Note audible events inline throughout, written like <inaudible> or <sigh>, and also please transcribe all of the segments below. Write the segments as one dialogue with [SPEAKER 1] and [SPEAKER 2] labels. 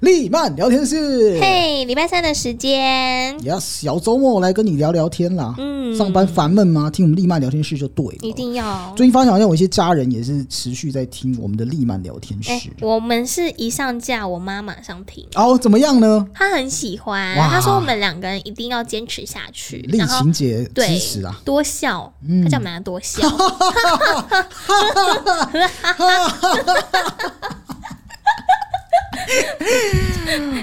[SPEAKER 1] 丽曼聊天室。
[SPEAKER 2] 嘿，礼拜三的时间，
[SPEAKER 1] Yes，小周末来跟你聊聊天啦。
[SPEAKER 2] 嗯
[SPEAKER 1] 上班烦闷吗？听我们丽曼聊天室就对了。
[SPEAKER 2] 一。定要。
[SPEAKER 1] 最近发现好像有一些家人也是持续在听我们的丽曼聊天室。
[SPEAKER 2] 哎、我们是一上架，我妈马上听，
[SPEAKER 1] 哦，怎么样呢？
[SPEAKER 2] 她很喜欢，
[SPEAKER 1] 哇
[SPEAKER 2] 她说我们两个人一定要坚持下去，
[SPEAKER 1] 丽
[SPEAKER 2] 然后
[SPEAKER 1] 琴姐
[SPEAKER 2] 对
[SPEAKER 1] 支持啊！
[SPEAKER 2] 多笑，她叫我们俩多
[SPEAKER 1] <laughs>
[SPEAKER 2] 笑。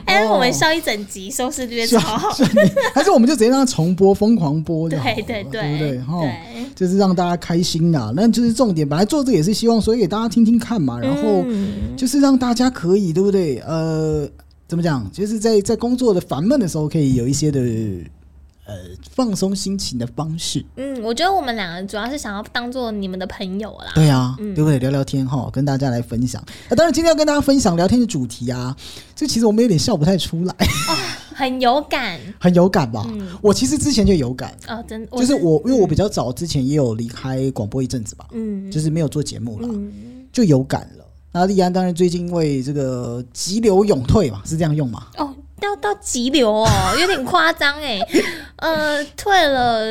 [SPEAKER 2] 哎、
[SPEAKER 1] 哦
[SPEAKER 2] 我们笑一整集，收视
[SPEAKER 1] <laughs>
[SPEAKER 2] 率超好。
[SPEAKER 1] 是你还是我们就直接让它重播，疯狂播就好了，
[SPEAKER 2] 对
[SPEAKER 1] 对
[SPEAKER 2] 对
[SPEAKER 1] 哦
[SPEAKER 2] 对
[SPEAKER 1] 不对？哈
[SPEAKER 2] 对，
[SPEAKER 1] 就是让大家开心啊。那就是重点，本来做这个也是希望说给大家听听看嘛，然后
[SPEAKER 2] 嗯
[SPEAKER 1] 就是让大家可以，对不对？呃，怎么讲？就是在在工作的烦闷的时候，可以有一些的呃放松心情的方式。
[SPEAKER 2] 嗯，我觉得我们两个主要是想要当做你们的朋友啦。
[SPEAKER 1] 对啊，对不对？聊聊天哈，跟大家来分享。那、当然，今天要跟大家分享聊天的主题啊，这其实我们有点笑不太出来， <laughs>
[SPEAKER 2] 很有感
[SPEAKER 1] 很有感吧？我其实之前就有感，
[SPEAKER 2] 哦，真的
[SPEAKER 1] 就是嗯我，因为我比较早之前也有离开广播一阵子吧，
[SPEAKER 2] 嗯
[SPEAKER 1] 就是没有做节目了，
[SPEAKER 2] 嗯
[SPEAKER 1] 就有感了。那丽安当然最近因为这个急流勇退嘛，是这样用嘛？
[SPEAKER 2] 哦，到到急流哦，有点夸张哎，呃，退了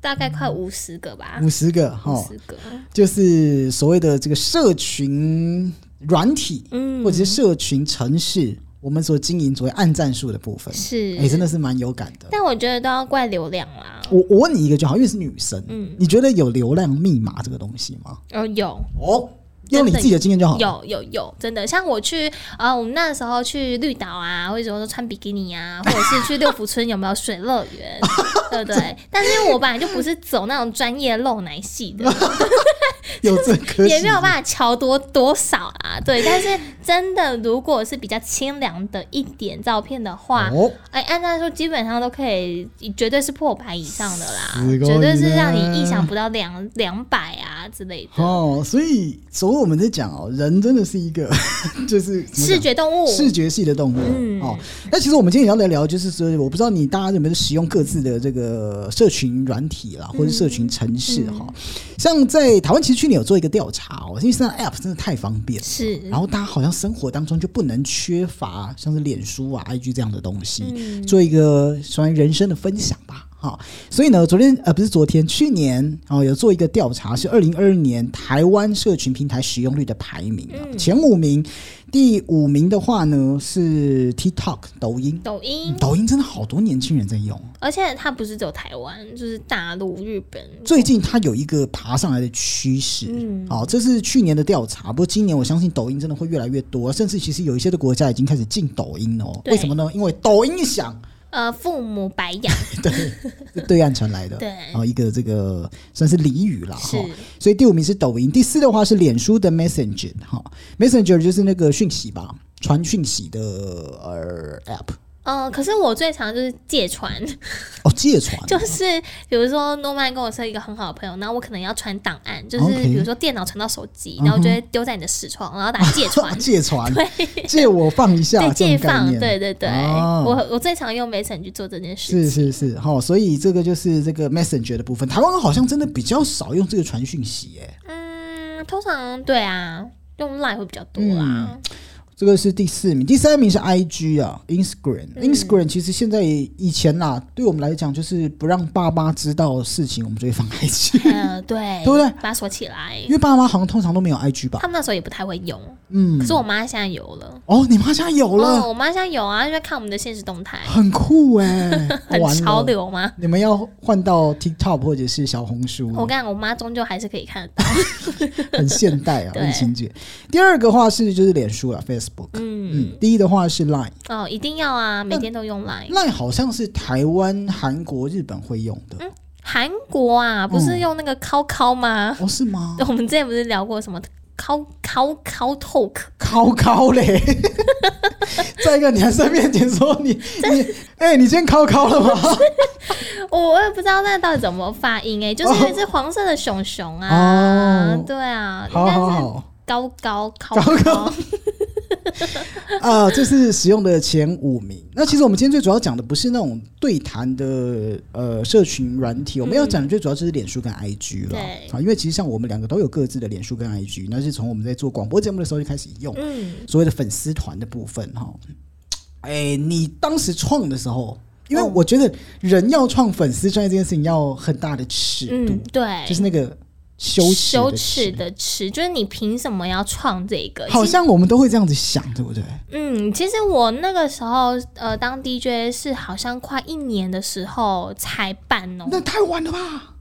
[SPEAKER 2] 大概快五十个吧，
[SPEAKER 1] 五十个哈，
[SPEAKER 2] 啊五十个，
[SPEAKER 1] 就是所谓的这个社群软体，
[SPEAKER 2] 嗯
[SPEAKER 1] 或者是社群城市，我们所经营所谓按赞数的部分，
[SPEAKER 2] 是
[SPEAKER 1] 哎、，真的是蛮有感的。
[SPEAKER 2] 但我觉得都要怪流量啦，
[SPEAKER 1] 我我问你一个就好，因为是女生，
[SPEAKER 2] 嗯
[SPEAKER 1] 你觉得有流量密码这个东西吗？
[SPEAKER 2] 哦有。
[SPEAKER 1] 哦，用你自己的经验就好。
[SPEAKER 2] 有有有，真的，像我去呃，我们那时候去绿岛啊，或者说穿比基尼啊，或者是去六福村有没有水乐园， <laughs> 对不对？但是因为我本来就不是走那种专业露奶系的，
[SPEAKER 1] 有这颗
[SPEAKER 2] <laughs> 也没有办
[SPEAKER 1] 法。
[SPEAKER 2] 法瞧多多少啊，对。但是真的，如果是比较清凉的一点照片的话，
[SPEAKER 1] <laughs> 哦，
[SPEAKER 2] 哎、按照说基本上都可以，绝对是破百以上的啦
[SPEAKER 1] 死，狗啊
[SPEAKER 2] 绝对
[SPEAKER 1] 你
[SPEAKER 2] 是
[SPEAKER 1] 呢
[SPEAKER 2] 让你意想不到两两百啊之类的。
[SPEAKER 1] 哦，所以所以我们在讲哦，人真的是一个 <laughs> 就是怎么
[SPEAKER 2] 视
[SPEAKER 1] 讲
[SPEAKER 2] 觉动物，
[SPEAKER 1] 视觉系的动物、
[SPEAKER 2] 哦嗯
[SPEAKER 1] 哦。那其实我们今天也要来聊，就是说，我不知道你大家有没有使用各自的这个社群软体啦，或者社群城市哈、像在台湾，其实去年有做一个调查哦，因为现在 App 真的太方便了。
[SPEAKER 2] 是
[SPEAKER 1] 然后大家好像生活当中就不能缺乏像是脸书啊、IG 这样的东西，做一个关于人生的分享吧。哈，所以呢，昨天呃不是昨天，去年哦有做一个调查，是二零二二年台湾社群平台使用率的排名、啊前五名，第五名的话呢是 TikTok 抖音，
[SPEAKER 2] 抖音，
[SPEAKER 1] 抖音真的好多年轻人在用哦。
[SPEAKER 2] 而且它不是只有台湾，就是大陆、日本，
[SPEAKER 1] 最近它有一个爬上来的趋势，
[SPEAKER 2] 嗯
[SPEAKER 1] 好、这是去年的调查，不过今年我相信抖音真的会越来越多，甚至其实有一些的国家已经开始禁抖音了哦。
[SPEAKER 2] 对
[SPEAKER 1] 为什么呢？因为抖音响，
[SPEAKER 2] 呃，父母白养， <laughs>
[SPEAKER 1] 是对岸传来的，
[SPEAKER 2] 对
[SPEAKER 1] 然后一个这个算是俚语啦，
[SPEAKER 2] 是
[SPEAKER 1] 哈。所以第五名是抖音，第四的话是脸书的 Messenger 哈，Messenger 就是那个讯息吧，传讯息的呃 app
[SPEAKER 2] 呃，可是我最常就是借传，
[SPEAKER 1] 哦，借传
[SPEAKER 2] 就是比如说诺曼跟我是一个很好的朋友，然后我可能要传档案，就是
[SPEAKER 1] OK，
[SPEAKER 2] 比如说电脑传到手机，然后就会丢在你的视窗，然后打借传
[SPEAKER 1] <laughs> 借传，借我放一下，
[SPEAKER 2] 对
[SPEAKER 1] 这
[SPEAKER 2] 借
[SPEAKER 1] 种概
[SPEAKER 2] 放，
[SPEAKER 1] 念
[SPEAKER 2] 对对对，
[SPEAKER 1] 哦
[SPEAKER 2] 我我最常用 m e s s e n 去做这件事
[SPEAKER 1] 是
[SPEAKER 2] 情。
[SPEAKER 1] 是是，好、所以这个就是这个 Messenger 的部分，台湾好像真的比较少用这个传讯息，哎，
[SPEAKER 2] 嗯，通常对啊，用 Line 会比较多啦。
[SPEAKER 1] 嗯这个是第四名，第三名是 IG 啊，Instagram，Instagram
[SPEAKER 2] 嗯
[SPEAKER 1] 其实现在以前啦、对我们来讲就是不让爸妈知道的事情，我们就会放 <laughs> IG，
[SPEAKER 2] 嗯，对，
[SPEAKER 1] <laughs> 对不对
[SPEAKER 2] 把它锁起来
[SPEAKER 1] 因。为爸妈好像通常都没有 IG 吧
[SPEAKER 2] 他？们那时候也不太会用，
[SPEAKER 1] 嗯
[SPEAKER 2] 可，是我妈现在有了。
[SPEAKER 1] 哦，你妈现在有了，
[SPEAKER 2] 哦，我妈现在有啊，因为看我们的现实动态，
[SPEAKER 1] 很酷哎、
[SPEAKER 2] <laughs> 很
[SPEAKER 1] 完
[SPEAKER 2] 潮
[SPEAKER 1] 了，
[SPEAKER 2] 流吗？
[SPEAKER 1] 你们要换到 TikTok 或者是小红书，
[SPEAKER 2] <laughs> 我跟你讲，我妈终究还是可以看得到。
[SPEAKER 1] 很现代啊，
[SPEAKER 2] 对
[SPEAKER 1] 丽琴姐。第二个话是就是脸书了，Facebook，
[SPEAKER 2] 嗯，
[SPEAKER 1] 嗯，第一的话是 Line。
[SPEAKER 2] 哦，一定要啊，每天都用 Line。
[SPEAKER 1] 那好像是台湾、韩国、日本会用的，
[SPEAKER 2] 嗯韩国啊，不是
[SPEAKER 1] 嗯
[SPEAKER 2] 用那个 QQ 吗？ <laughs>
[SPEAKER 1] 哦，是吗？
[SPEAKER 2] 我们之前不是聊过什么 QQ QQ Talk？
[SPEAKER 1] 高高嘞！在一个男生面前说
[SPEAKER 2] <laughs>
[SPEAKER 1] 你你，哎、你今天高高了吗？
[SPEAKER 2] 我我也不知道那到底怎么发音
[SPEAKER 1] <laughs>
[SPEAKER 2] 哎、就是一只黄色的熊熊啊，
[SPEAKER 1] 哦
[SPEAKER 2] 对啊，应
[SPEAKER 1] 好
[SPEAKER 2] 该
[SPEAKER 1] 好
[SPEAKER 2] 是
[SPEAKER 1] 好，
[SPEAKER 2] 高高高
[SPEAKER 1] 高 <laughs>
[SPEAKER 2] 高，
[SPEAKER 1] 啊、这是使用的前五名。那其实我们今天最主要讲的不是那种对谈的呃社群软体，我们要讲的最主要就是脸书跟 IG 了
[SPEAKER 2] 嗯对
[SPEAKER 1] 啊，因为其实像我们两个都有各自的脸书跟 IG，那是从我们在做广播节目的时候就开始用。
[SPEAKER 2] 嗯，
[SPEAKER 1] 所谓的粉丝团的部分哈。哎，你当时创的时候，因为
[SPEAKER 2] 哦
[SPEAKER 1] 我觉得人要创粉丝专业这件事情要很大的尺度，
[SPEAKER 2] 嗯，对，
[SPEAKER 1] 就是那个羞耻
[SPEAKER 2] 羞
[SPEAKER 1] 的
[SPEAKER 2] 耻的耻，就是你凭什么要创这个？
[SPEAKER 1] 好
[SPEAKER 2] 其实
[SPEAKER 1] 像我们都会这样子想，对不对？
[SPEAKER 2] 嗯，其实我那个时候呃当 DJ 是好像快一年的时候才办哦，
[SPEAKER 1] 那太晚了吧？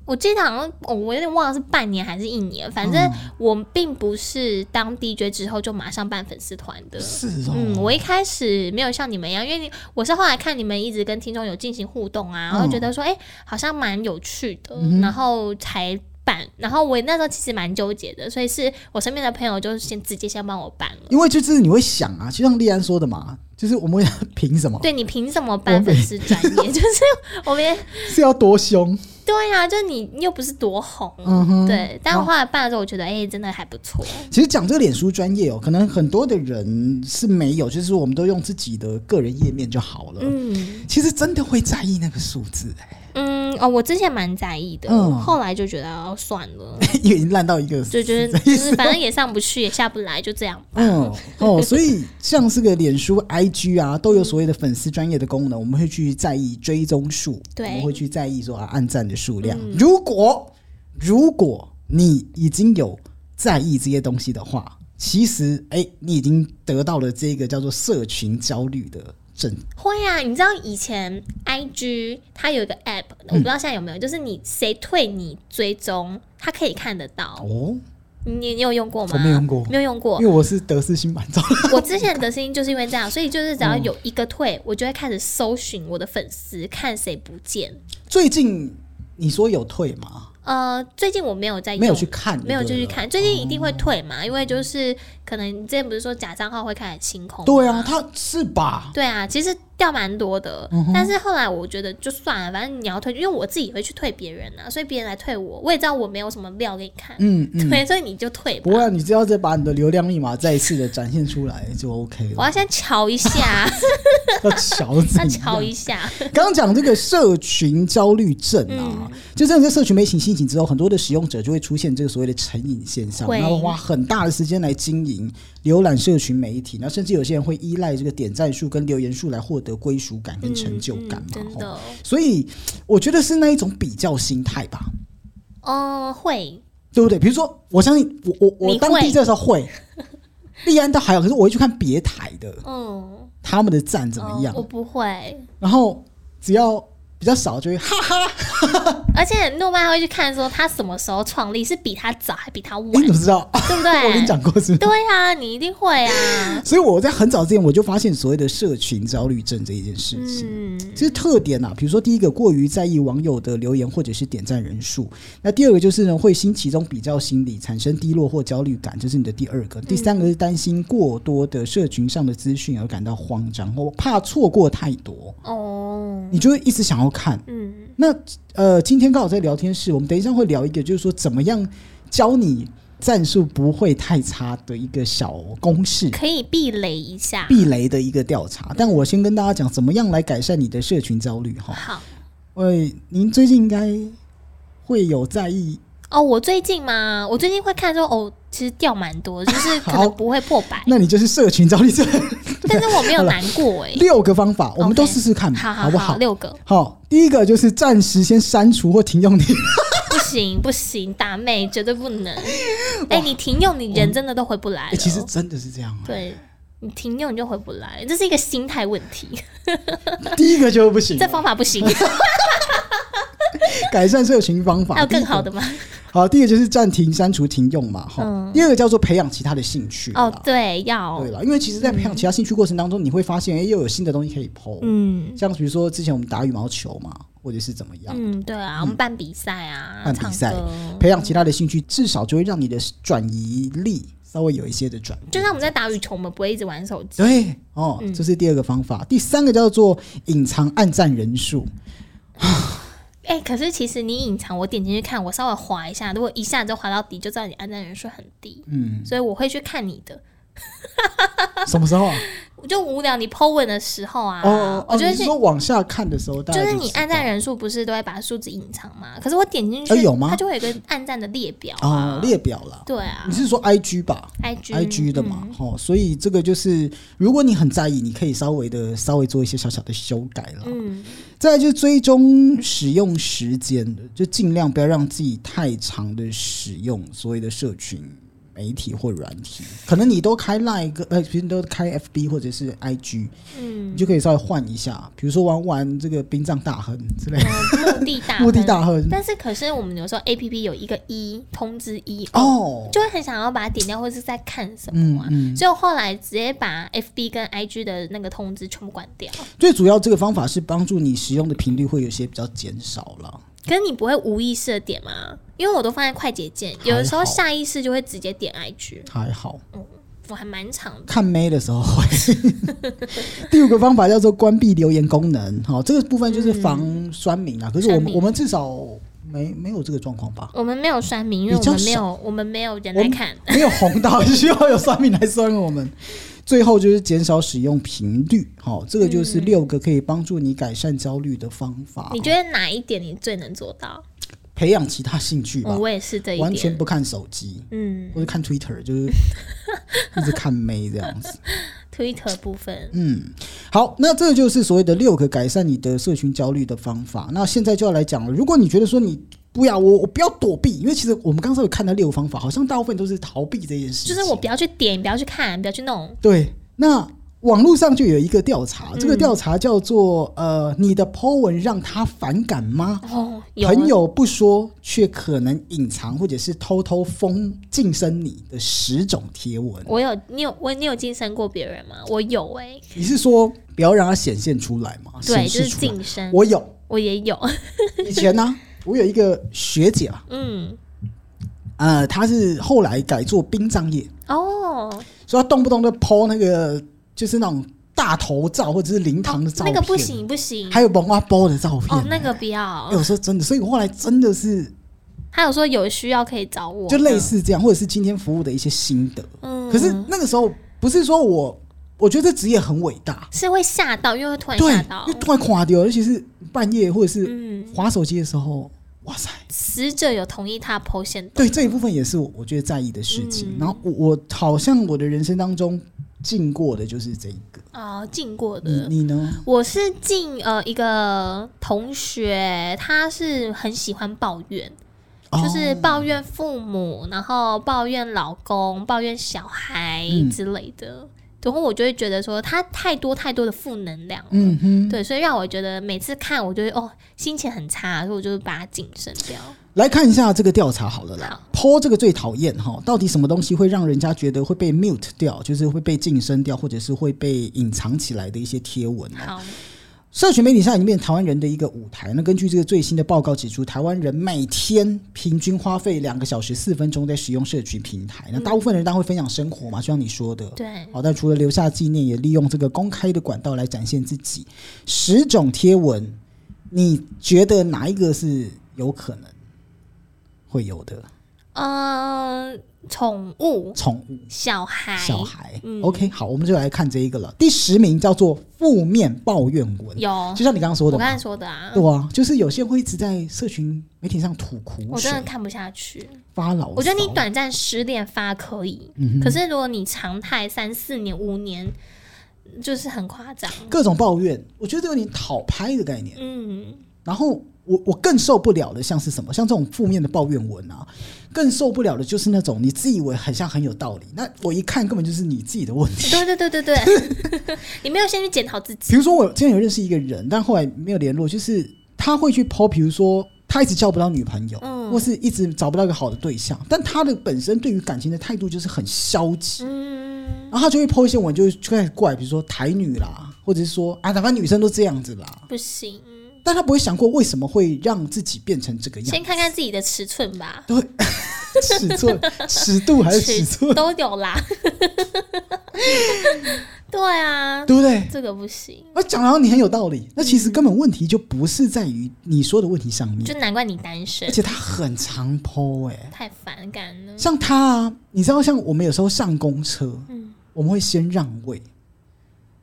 [SPEAKER 2] 我记得好像、哦我有点忘了是半年还是一年，反正
[SPEAKER 1] 嗯
[SPEAKER 2] 我并不是当 DJ 之后就马上办粉丝团的。
[SPEAKER 1] 是
[SPEAKER 2] 嗯，
[SPEAKER 1] 哦，
[SPEAKER 2] 我一开始没有像你们一样，因为你我是后来看你们一直跟听众有进行互动啊，然后
[SPEAKER 1] 嗯
[SPEAKER 2] 觉得说，哎、好像蛮有趣的，然后才办。然后我那时候其实蛮纠结的，所以是我身边的朋友就先直接先帮我办了。
[SPEAKER 1] 因为就是你会想啊，就像丽安说的嘛，就是我们凭什么 <laughs>
[SPEAKER 2] 对你凭什么办
[SPEAKER 1] 我
[SPEAKER 2] 粉
[SPEAKER 1] 没
[SPEAKER 2] 丝专业？ <laughs> 就是我们也
[SPEAKER 1] 是要多凶？
[SPEAKER 2] 对呀、就你又不是多红，
[SPEAKER 1] 嗯哼，
[SPEAKER 2] 对。但我后来办了之后，我觉得哎、真的还不错。
[SPEAKER 1] 其实讲这个脸书专业哦，可能很多的人是没有，就是我们都用自己的个人页面就好了。
[SPEAKER 2] 嗯
[SPEAKER 1] 其实真的会在意那个数字、欸
[SPEAKER 2] 嗯哦，我之前蛮在意的，
[SPEAKER 1] 嗯
[SPEAKER 2] 后来就觉得哦算
[SPEAKER 1] <laughs>
[SPEAKER 2] 了，
[SPEAKER 1] 哎因为已经烂到一个
[SPEAKER 2] 就觉得就是反正也上不去，也下不来，就这样。
[SPEAKER 1] 嗯哦，所以像这个脸书、IG <laughs> 啊，都有所谓的粉丝专业的功能，我们会去在意追踪数，
[SPEAKER 2] 对嗯
[SPEAKER 1] 我们会去在意说啊按赞的数量。如果如果你已经有在意这些东西的话，其实哎，你已经得到了这个叫做社群焦虑的症。
[SPEAKER 2] 会啊，你知道以前 I G 它有一个 app，我不知道
[SPEAKER 1] 嗯
[SPEAKER 2] 现在有没有，就是你谁退你追踪，它可以看得到。
[SPEAKER 1] 哦，
[SPEAKER 2] 你你有用过吗？
[SPEAKER 1] 我没有用过
[SPEAKER 2] 没有用过
[SPEAKER 1] 因。为我是德式新版照，
[SPEAKER 2] 我之前的声音就是因为这样，所以就是只
[SPEAKER 1] 嗯
[SPEAKER 2] 要有一个退，我就会开始搜寻我的粉丝，看谁不见。
[SPEAKER 1] 最近你说有退吗？
[SPEAKER 2] 呃，最近我没有在用，
[SPEAKER 1] 没有去看，
[SPEAKER 2] 没有就
[SPEAKER 1] 对
[SPEAKER 2] 去
[SPEAKER 1] 了。哦
[SPEAKER 2] 看，最近一定会退嘛，因为就是可能你之前不是说假账号会开始清空吗，
[SPEAKER 1] 对啊，他是吧？
[SPEAKER 2] 对啊，其实掉蛮多的，
[SPEAKER 1] 嗯
[SPEAKER 2] 但是后来我觉得就算了，反正你要退，因为我自己也会去退别人啊，所以别人来退我，我也知道我没有什么料给你看，
[SPEAKER 1] 嗯嗯，
[SPEAKER 2] 对，所以你就退吧
[SPEAKER 1] 不。会、啊，你只要再把你的流量密码再一次的展现出来就 OK
[SPEAKER 2] 我
[SPEAKER 1] 了。
[SPEAKER 2] 要先瞧一下，
[SPEAKER 1] <laughs> 要瞧自
[SPEAKER 2] <laughs> 要
[SPEAKER 1] 己。
[SPEAKER 2] 瞧
[SPEAKER 1] <laughs>
[SPEAKER 2] 一下，
[SPEAKER 1] 刚刚讲这个社群焦虑症
[SPEAKER 2] 嗯
[SPEAKER 1] 啊，就真的在社群媒体兴起之后，很多的使用者就会出现这个所谓的成瘾现象，
[SPEAKER 2] 会
[SPEAKER 1] 那会花很大的时间来经营、浏览社群媒体，那甚至有些人会依赖这个点赞数跟留言数来获得归属感跟成就感
[SPEAKER 2] 嗯
[SPEAKER 1] 嘛。
[SPEAKER 2] 真
[SPEAKER 1] 吼
[SPEAKER 2] 的，
[SPEAKER 1] 所以我觉得是那一种比较心态吧。
[SPEAKER 2] 嗯，会，
[SPEAKER 1] 对不对？比如说，我相信我我我
[SPEAKER 2] 你
[SPEAKER 1] 当
[SPEAKER 2] 会
[SPEAKER 1] DJ 的时候会，
[SPEAKER 2] <laughs>
[SPEAKER 1] 立安都还好，可是我会去看别台的
[SPEAKER 2] 嗯，
[SPEAKER 1] 他们的站怎么样，
[SPEAKER 2] 嗯我不会，
[SPEAKER 1] 然后只要比较少就会 <laughs> 哈哈，
[SPEAKER 2] 而且诺曼会去看说他什么时候创立，是比他早还比他晚，
[SPEAKER 1] 诶你怎么知道？啊
[SPEAKER 2] 对不
[SPEAKER 1] <laughs> 我跟你
[SPEAKER 2] 对？
[SPEAKER 1] 讲过是不是？
[SPEAKER 2] 对啊，你一定会啊，
[SPEAKER 1] 所以我在很早之前我就发现所谓的社群焦虑症这一件事情。
[SPEAKER 2] 嗯，
[SPEAKER 1] 其实特点啊，比如说第一个过于在意网友的留言或者是点赞人数，那第二个就是呢会兴起一种比较心理，产生低落或焦虑感，这、是你的第二个。第三个是担心过多的社群上的资讯而感到慌张，或怕错过太多，
[SPEAKER 2] 哦，
[SPEAKER 1] 你就会一直想要看。
[SPEAKER 2] 嗯。
[SPEAKER 1] 那呃，今天刚好在聊天室，我们等一下会聊一个，就是说怎么样教你战术不会太差的一个小公式。
[SPEAKER 2] 可以避雷一下。
[SPEAKER 1] 避雷的一个调查，但我先跟大家讲，怎么样来改善你的社群焦虑哈。
[SPEAKER 2] 好
[SPEAKER 1] 喂，您最近应该会有在意，，
[SPEAKER 2] 哦，我最近嘛，我最近会看说哦，其实掉蛮多，就是可能不会破百
[SPEAKER 1] 那你就是社群焦虑症。
[SPEAKER 2] 但是我没有难过哎、
[SPEAKER 1] 六个方法，我们都试试看
[SPEAKER 2] 好
[SPEAKER 1] 不
[SPEAKER 2] 好
[SPEAKER 1] 好？
[SPEAKER 2] 六个
[SPEAKER 1] 好，第一个就是暂时先删除或停用你。
[SPEAKER 2] 不行不行，大妹绝对不
[SPEAKER 1] <laughs>
[SPEAKER 2] 能。哎、你停用你人真的都回不来
[SPEAKER 1] 哎、
[SPEAKER 2] 了。
[SPEAKER 1] 其实真的是这样、啊，
[SPEAKER 2] 对你停用你就回不来，这是一个心态问题，
[SPEAKER 1] 啊第一个就不行了。
[SPEAKER 2] 这方法不行。
[SPEAKER 1] 改善社群方法
[SPEAKER 2] 还有更好
[SPEAKER 1] 的。
[SPEAKER 2] 的吗？
[SPEAKER 1] 好，第一个就是暂停、删除、停用嘛，哈。第二个叫做培养其他的兴趣啦。
[SPEAKER 2] 嗯哦，对，要
[SPEAKER 1] 啊对了，因为其实，在培养其他兴趣过程当中，你会发现，哎、又有新的东西可以剖。
[SPEAKER 2] 嗯。
[SPEAKER 1] 像比如说之前我们打羽毛球嘛，或者是怎么样，
[SPEAKER 2] 嗯，对啊，我们办比赛啊，
[SPEAKER 1] 办比赛
[SPEAKER 2] 唱歌，
[SPEAKER 1] 培养其他的兴趣，至少就会让你的转移力稍微有一些的转移。
[SPEAKER 2] 就像我们在打羽球，我们不会一直玩手机。
[SPEAKER 1] 对，哦，
[SPEAKER 2] 嗯
[SPEAKER 1] 这是第二个方法。第三个叫做隐藏暗赞人数，
[SPEAKER 2] 哎、可是其实你隐藏，我点进去看，我稍微滑一下，如果一下就滑到底，就知道你按赞人数很低，
[SPEAKER 1] 嗯，
[SPEAKER 2] 所以我会去看你的。
[SPEAKER 1] 什么时候
[SPEAKER 2] <laughs>
[SPEAKER 1] 啊？
[SPEAKER 2] 我就无聊你 po 文的时候啊，
[SPEAKER 1] 哦，
[SPEAKER 2] 我
[SPEAKER 1] 哦
[SPEAKER 2] 觉得
[SPEAKER 1] 你是说往下看的时候，大
[SPEAKER 2] 就
[SPEAKER 1] 概
[SPEAKER 2] 是
[SPEAKER 1] 就
[SPEAKER 2] 你
[SPEAKER 1] 知
[SPEAKER 2] 按
[SPEAKER 1] 道
[SPEAKER 2] 赞人数不是都会把数字隐藏吗？可是我点进去，
[SPEAKER 1] 呃有吗
[SPEAKER 2] 它就会有一个按赞的列表
[SPEAKER 1] 哦，
[SPEAKER 2] 啊，
[SPEAKER 1] 列表了。
[SPEAKER 2] 对啊
[SPEAKER 1] 你是说 I G 吧
[SPEAKER 2] ，IG
[SPEAKER 1] ？I G 的
[SPEAKER 2] 嗯
[SPEAKER 1] 嘛，哦，所以这个就是，如果你很在意，你可以稍微的稍微做一些小小的修改了。
[SPEAKER 2] 嗯，
[SPEAKER 1] 再来就是追踪使用时间，就尽量不要让自己太长的使用所谓的社群媒体或软体。可能你都开 Line 跟呃，平时都开 FB 或者是 IG，
[SPEAKER 2] 嗯
[SPEAKER 1] 你就可以稍微换一下，比如说玩玩这个殡葬大亨之类的，
[SPEAKER 2] 呃目的大
[SPEAKER 1] <laughs>
[SPEAKER 2] 亨
[SPEAKER 1] 墓地大亨。
[SPEAKER 2] 但是可是我们有时候 A P P 有一个一通知一，
[SPEAKER 1] 哦，
[SPEAKER 2] 就会很想要把它点掉，或是在看什
[SPEAKER 1] 嗯
[SPEAKER 2] 么啊。
[SPEAKER 1] 嗯，
[SPEAKER 2] 所以我后来直接把 F B 跟 I G 的那个通知全部关掉。
[SPEAKER 1] 最主要这个方法是帮助你使用的频率会有些比较减少了。
[SPEAKER 2] 可是你不会无意识的点吗？因为我都放在快捷键，有的时候下意识就会直接点 I G，
[SPEAKER 1] 还好
[SPEAKER 2] 我还蛮长的。
[SPEAKER 1] 看妹的时候会。 <laughs> 第五个方法叫做关闭留言功能，好、这个部分就是防酸民啊。可是我
[SPEAKER 2] 嗯酸
[SPEAKER 1] 们
[SPEAKER 2] 民
[SPEAKER 1] 我们至少没没有这个状况吧？
[SPEAKER 2] 我们没有删名，因为
[SPEAKER 1] 比
[SPEAKER 2] 我
[SPEAKER 1] 较
[SPEAKER 2] 们没
[SPEAKER 1] 少
[SPEAKER 2] 有我们没有人
[SPEAKER 1] 我
[SPEAKER 2] 来
[SPEAKER 1] 们
[SPEAKER 2] 看。
[SPEAKER 1] <laughs> 没有红到需要有酸民来酸我们。最后就是减少使用频率，好、这个就是六个可以帮助你改善焦虑的方法。
[SPEAKER 2] 嗯你觉得哪一点你最能做到？
[SPEAKER 1] 培养其他兴趣吧
[SPEAKER 2] 嗯，，我也是这一
[SPEAKER 1] 完全
[SPEAKER 2] 点。
[SPEAKER 1] 不看手机
[SPEAKER 2] 嗯
[SPEAKER 1] 或者看 Twitter，就是 <laughs> 一直看妹这样子。
[SPEAKER 2] ，Twitter 部分，
[SPEAKER 1] 嗯，好，那这就是所谓的六个改善你的社群焦虑的方法。那现在就要来讲了，如果你觉得说你不要我我不要躲避，因为其实我们刚才有看到六个方法，好像大部分都是逃避这件事情。
[SPEAKER 2] 就是我不要去点，不要去看，不要去弄。
[SPEAKER 1] 对，那网络上就有一个调查，这个调查叫做、呃，你的 Po 文让他反感吗？
[SPEAKER 2] 哦，有啊
[SPEAKER 1] 朋友不说，却可能隐藏或者是偷偷封晋升你的十种贴文。
[SPEAKER 2] 我有，你有我，你有晋升过别人吗？我有哎、
[SPEAKER 1] 你是说不要让它显现出来吗？显
[SPEAKER 2] 对，就
[SPEAKER 1] 示
[SPEAKER 2] 是
[SPEAKER 1] 出来。
[SPEAKER 2] 晋升，我
[SPEAKER 1] 我有，
[SPEAKER 2] 也有，
[SPEAKER 1] 以前呢、我有一个学姐啊，
[SPEAKER 2] 嗯，
[SPEAKER 1] 呃，她是后来改做殡葬业，
[SPEAKER 2] 哦，
[SPEAKER 1] 所以她动不动就 PO 那个就是那种大头照或者是灵堂的照
[SPEAKER 2] 哦那
[SPEAKER 1] 片，
[SPEAKER 2] 个不，行不行，
[SPEAKER 1] 还有蒙阿波的照片。
[SPEAKER 2] 哦，那个不要
[SPEAKER 1] 哎、。我说真的，所以我后来真的是
[SPEAKER 2] 他有说有需要可以找我，
[SPEAKER 1] 就类，似这样，或者是今天服务的一些心得。
[SPEAKER 2] 嗯
[SPEAKER 1] 可是那个时候不是说我，我觉得这职业很伟大，
[SPEAKER 2] 是会吓到，因为会突然
[SPEAKER 1] 对
[SPEAKER 2] 吓，到
[SPEAKER 1] 就，突然垮掉，尤其是半夜或者是
[SPEAKER 2] 嗯，
[SPEAKER 1] 划手机的时候，哇塞，
[SPEAKER 2] 死者有同意他剖线
[SPEAKER 1] 对这一部分也是我我觉得在意的事
[SPEAKER 2] 嗯
[SPEAKER 1] 情。然后我我好像我的人生当中进过的就是这一个，
[SPEAKER 2] 啊，进过
[SPEAKER 1] 你
[SPEAKER 2] 的。
[SPEAKER 1] 你呢？
[SPEAKER 2] 我是进呃一个同学，他是很喜欢抱怨，就是
[SPEAKER 1] 哦
[SPEAKER 2] 抱怨父母，然后抱怨老公，抱怨小孩
[SPEAKER 1] 嗯
[SPEAKER 2] 之类的。然后我就会觉得说，他太多太多的负能量了。
[SPEAKER 1] 嗯哼，
[SPEAKER 2] 对，所以让我觉得每次看，我就会哦心情很差，所以我就把它谨慎掉。
[SPEAKER 1] 来看一下这个调查好了啦。p 这个最讨厌哈，到底什么东西会让人家觉得会被 mute 掉，就是会被晋升掉，或者是会被隐藏起来的一些贴文哦。
[SPEAKER 2] 好，
[SPEAKER 1] 社群媒体现在已经变成台湾人的一个舞台。那根据这个最新的报告指出，台湾人每天平均花费两个小时四分钟在使用社群平台。那大部分人当然会分享生活嘛，就像你说的，
[SPEAKER 2] 对，
[SPEAKER 1] 好，但除了留下纪念，也利用这个公开的管道来展现自己。十种贴文，你觉得哪一个是有可能会有的？
[SPEAKER 2] 嗯、宠物、
[SPEAKER 1] 宠物、
[SPEAKER 2] 小孩、
[SPEAKER 1] 小孩、
[SPEAKER 2] 嗯
[SPEAKER 1] o k 好，我们就来看这一个了。第十名叫做负面抱怨文，
[SPEAKER 2] 有，
[SPEAKER 1] 就像你刚刚说
[SPEAKER 2] 我
[SPEAKER 1] 的
[SPEAKER 2] 刚
[SPEAKER 1] 嘛，
[SPEAKER 2] 才说的啊，
[SPEAKER 1] 对啊，就是有些人会一直在社群媒体上吐苦
[SPEAKER 2] 我真的
[SPEAKER 1] 水、
[SPEAKER 2] 看不下去。
[SPEAKER 1] 发牢骚。
[SPEAKER 2] 我觉得你短暂失恋发可以，
[SPEAKER 1] 嗯
[SPEAKER 2] 可是如果你常态三四年、五年，就是很夸张。
[SPEAKER 1] 各种抱怨，我觉得有点讨拍的概念。
[SPEAKER 2] 嗯，
[SPEAKER 1] 然后我我更受不了的像是什么？像这种负面的抱怨文啊，更受不了的就是那种你自以为很像很有道理，那我一看根本就是你自己的问题。
[SPEAKER 2] 对对对对对， <laughs> 你没有先去检讨自己。
[SPEAKER 1] 比如说我之前有认识一个人，但后来没有联络，就是他会去抛，比如说他一直交不到女朋友，
[SPEAKER 2] 嗯
[SPEAKER 1] 或是一直找不到一个好的对象，但他的本身对于感情的态度就是很消极。
[SPEAKER 2] 嗯，
[SPEAKER 1] 然后他就会抛一些文，就会就开始怪，比如说台女啦，或者是说啊，反正女生都这样子啦。
[SPEAKER 2] 不行，
[SPEAKER 1] 但他不会想过为什么会让自己变成这个样子。
[SPEAKER 2] 先看看自己的尺寸吧，
[SPEAKER 1] 尺 <laughs> 寸、尺度还是尺寸，
[SPEAKER 2] 都有啦。 <laughs> 对啊，
[SPEAKER 1] 对不对？
[SPEAKER 2] 这个不行，
[SPEAKER 1] 我讲到你很有道理，那其实根本问题就不是在于你说的问题上面，
[SPEAKER 2] 就难怪你单身
[SPEAKER 1] 而，且他很常剖哎、
[SPEAKER 2] 太反感了。
[SPEAKER 1] 像他啊，你知道，像我们有时候上公车，
[SPEAKER 2] 嗯
[SPEAKER 1] 我们会先让位，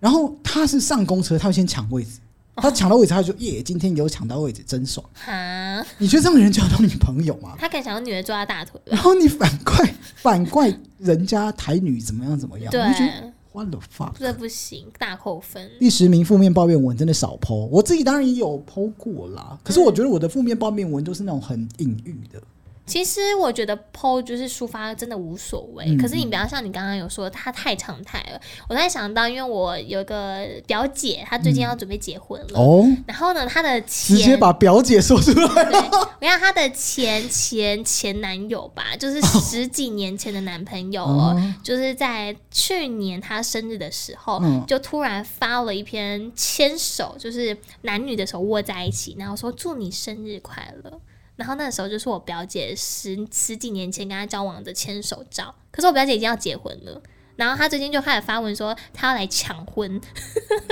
[SPEAKER 1] 然后他是上公车，他会先抢位置，他抢到位置，他就耶，今天有抢到位置，真爽。
[SPEAKER 2] 哈，
[SPEAKER 1] 你觉得这样的人交到女朋友吗？
[SPEAKER 2] 他可能想要女儿抓他大腿吧？
[SPEAKER 1] 然后你反怪反怪人家台女怎么样怎么样，
[SPEAKER 2] 对
[SPEAKER 1] 我就觉得 what the fuck。
[SPEAKER 2] 这不行，大扣分。
[SPEAKER 1] 第十名负面抱怨文真的少剖，我自己当然也有剖过啦。可是我觉得我的负面抱怨文都是那种很隐喻的，
[SPEAKER 2] 其实我觉得剖就是抒发真的无所谓，
[SPEAKER 1] 嗯
[SPEAKER 2] 可是你不要像你刚刚有说他太常态了。我在想到，因为我有个表姐，她
[SPEAKER 1] 嗯
[SPEAKER 2] 最近要准备结婚了，
[SPEAKER 1] 哦，
[SPEAKER 2] 然后呢，她的
[SPEAKER 1] 直
[SPEAKER 2] 前
[SPEAKER 1] 接把表姐说出来。
[SPEAKER 2] 对，我看她的前前前男友吧，就是十几年前的男朋友哦，
[SPEAKER 1] 哦
[SPEAKER 2] 就是在去年她生日的时候，
[SPEAKER 1] 嗯
[SPEAKER 2] 就突然发了一篇牵手，就是男女的手握在一起，然后说祝你生日快乐。然后那时候就是我表姐十十几年前跟她交往的牵手照，可是我表姐已经要结婚了。然后她最近就开始发文说她要来抢婚， <laughs>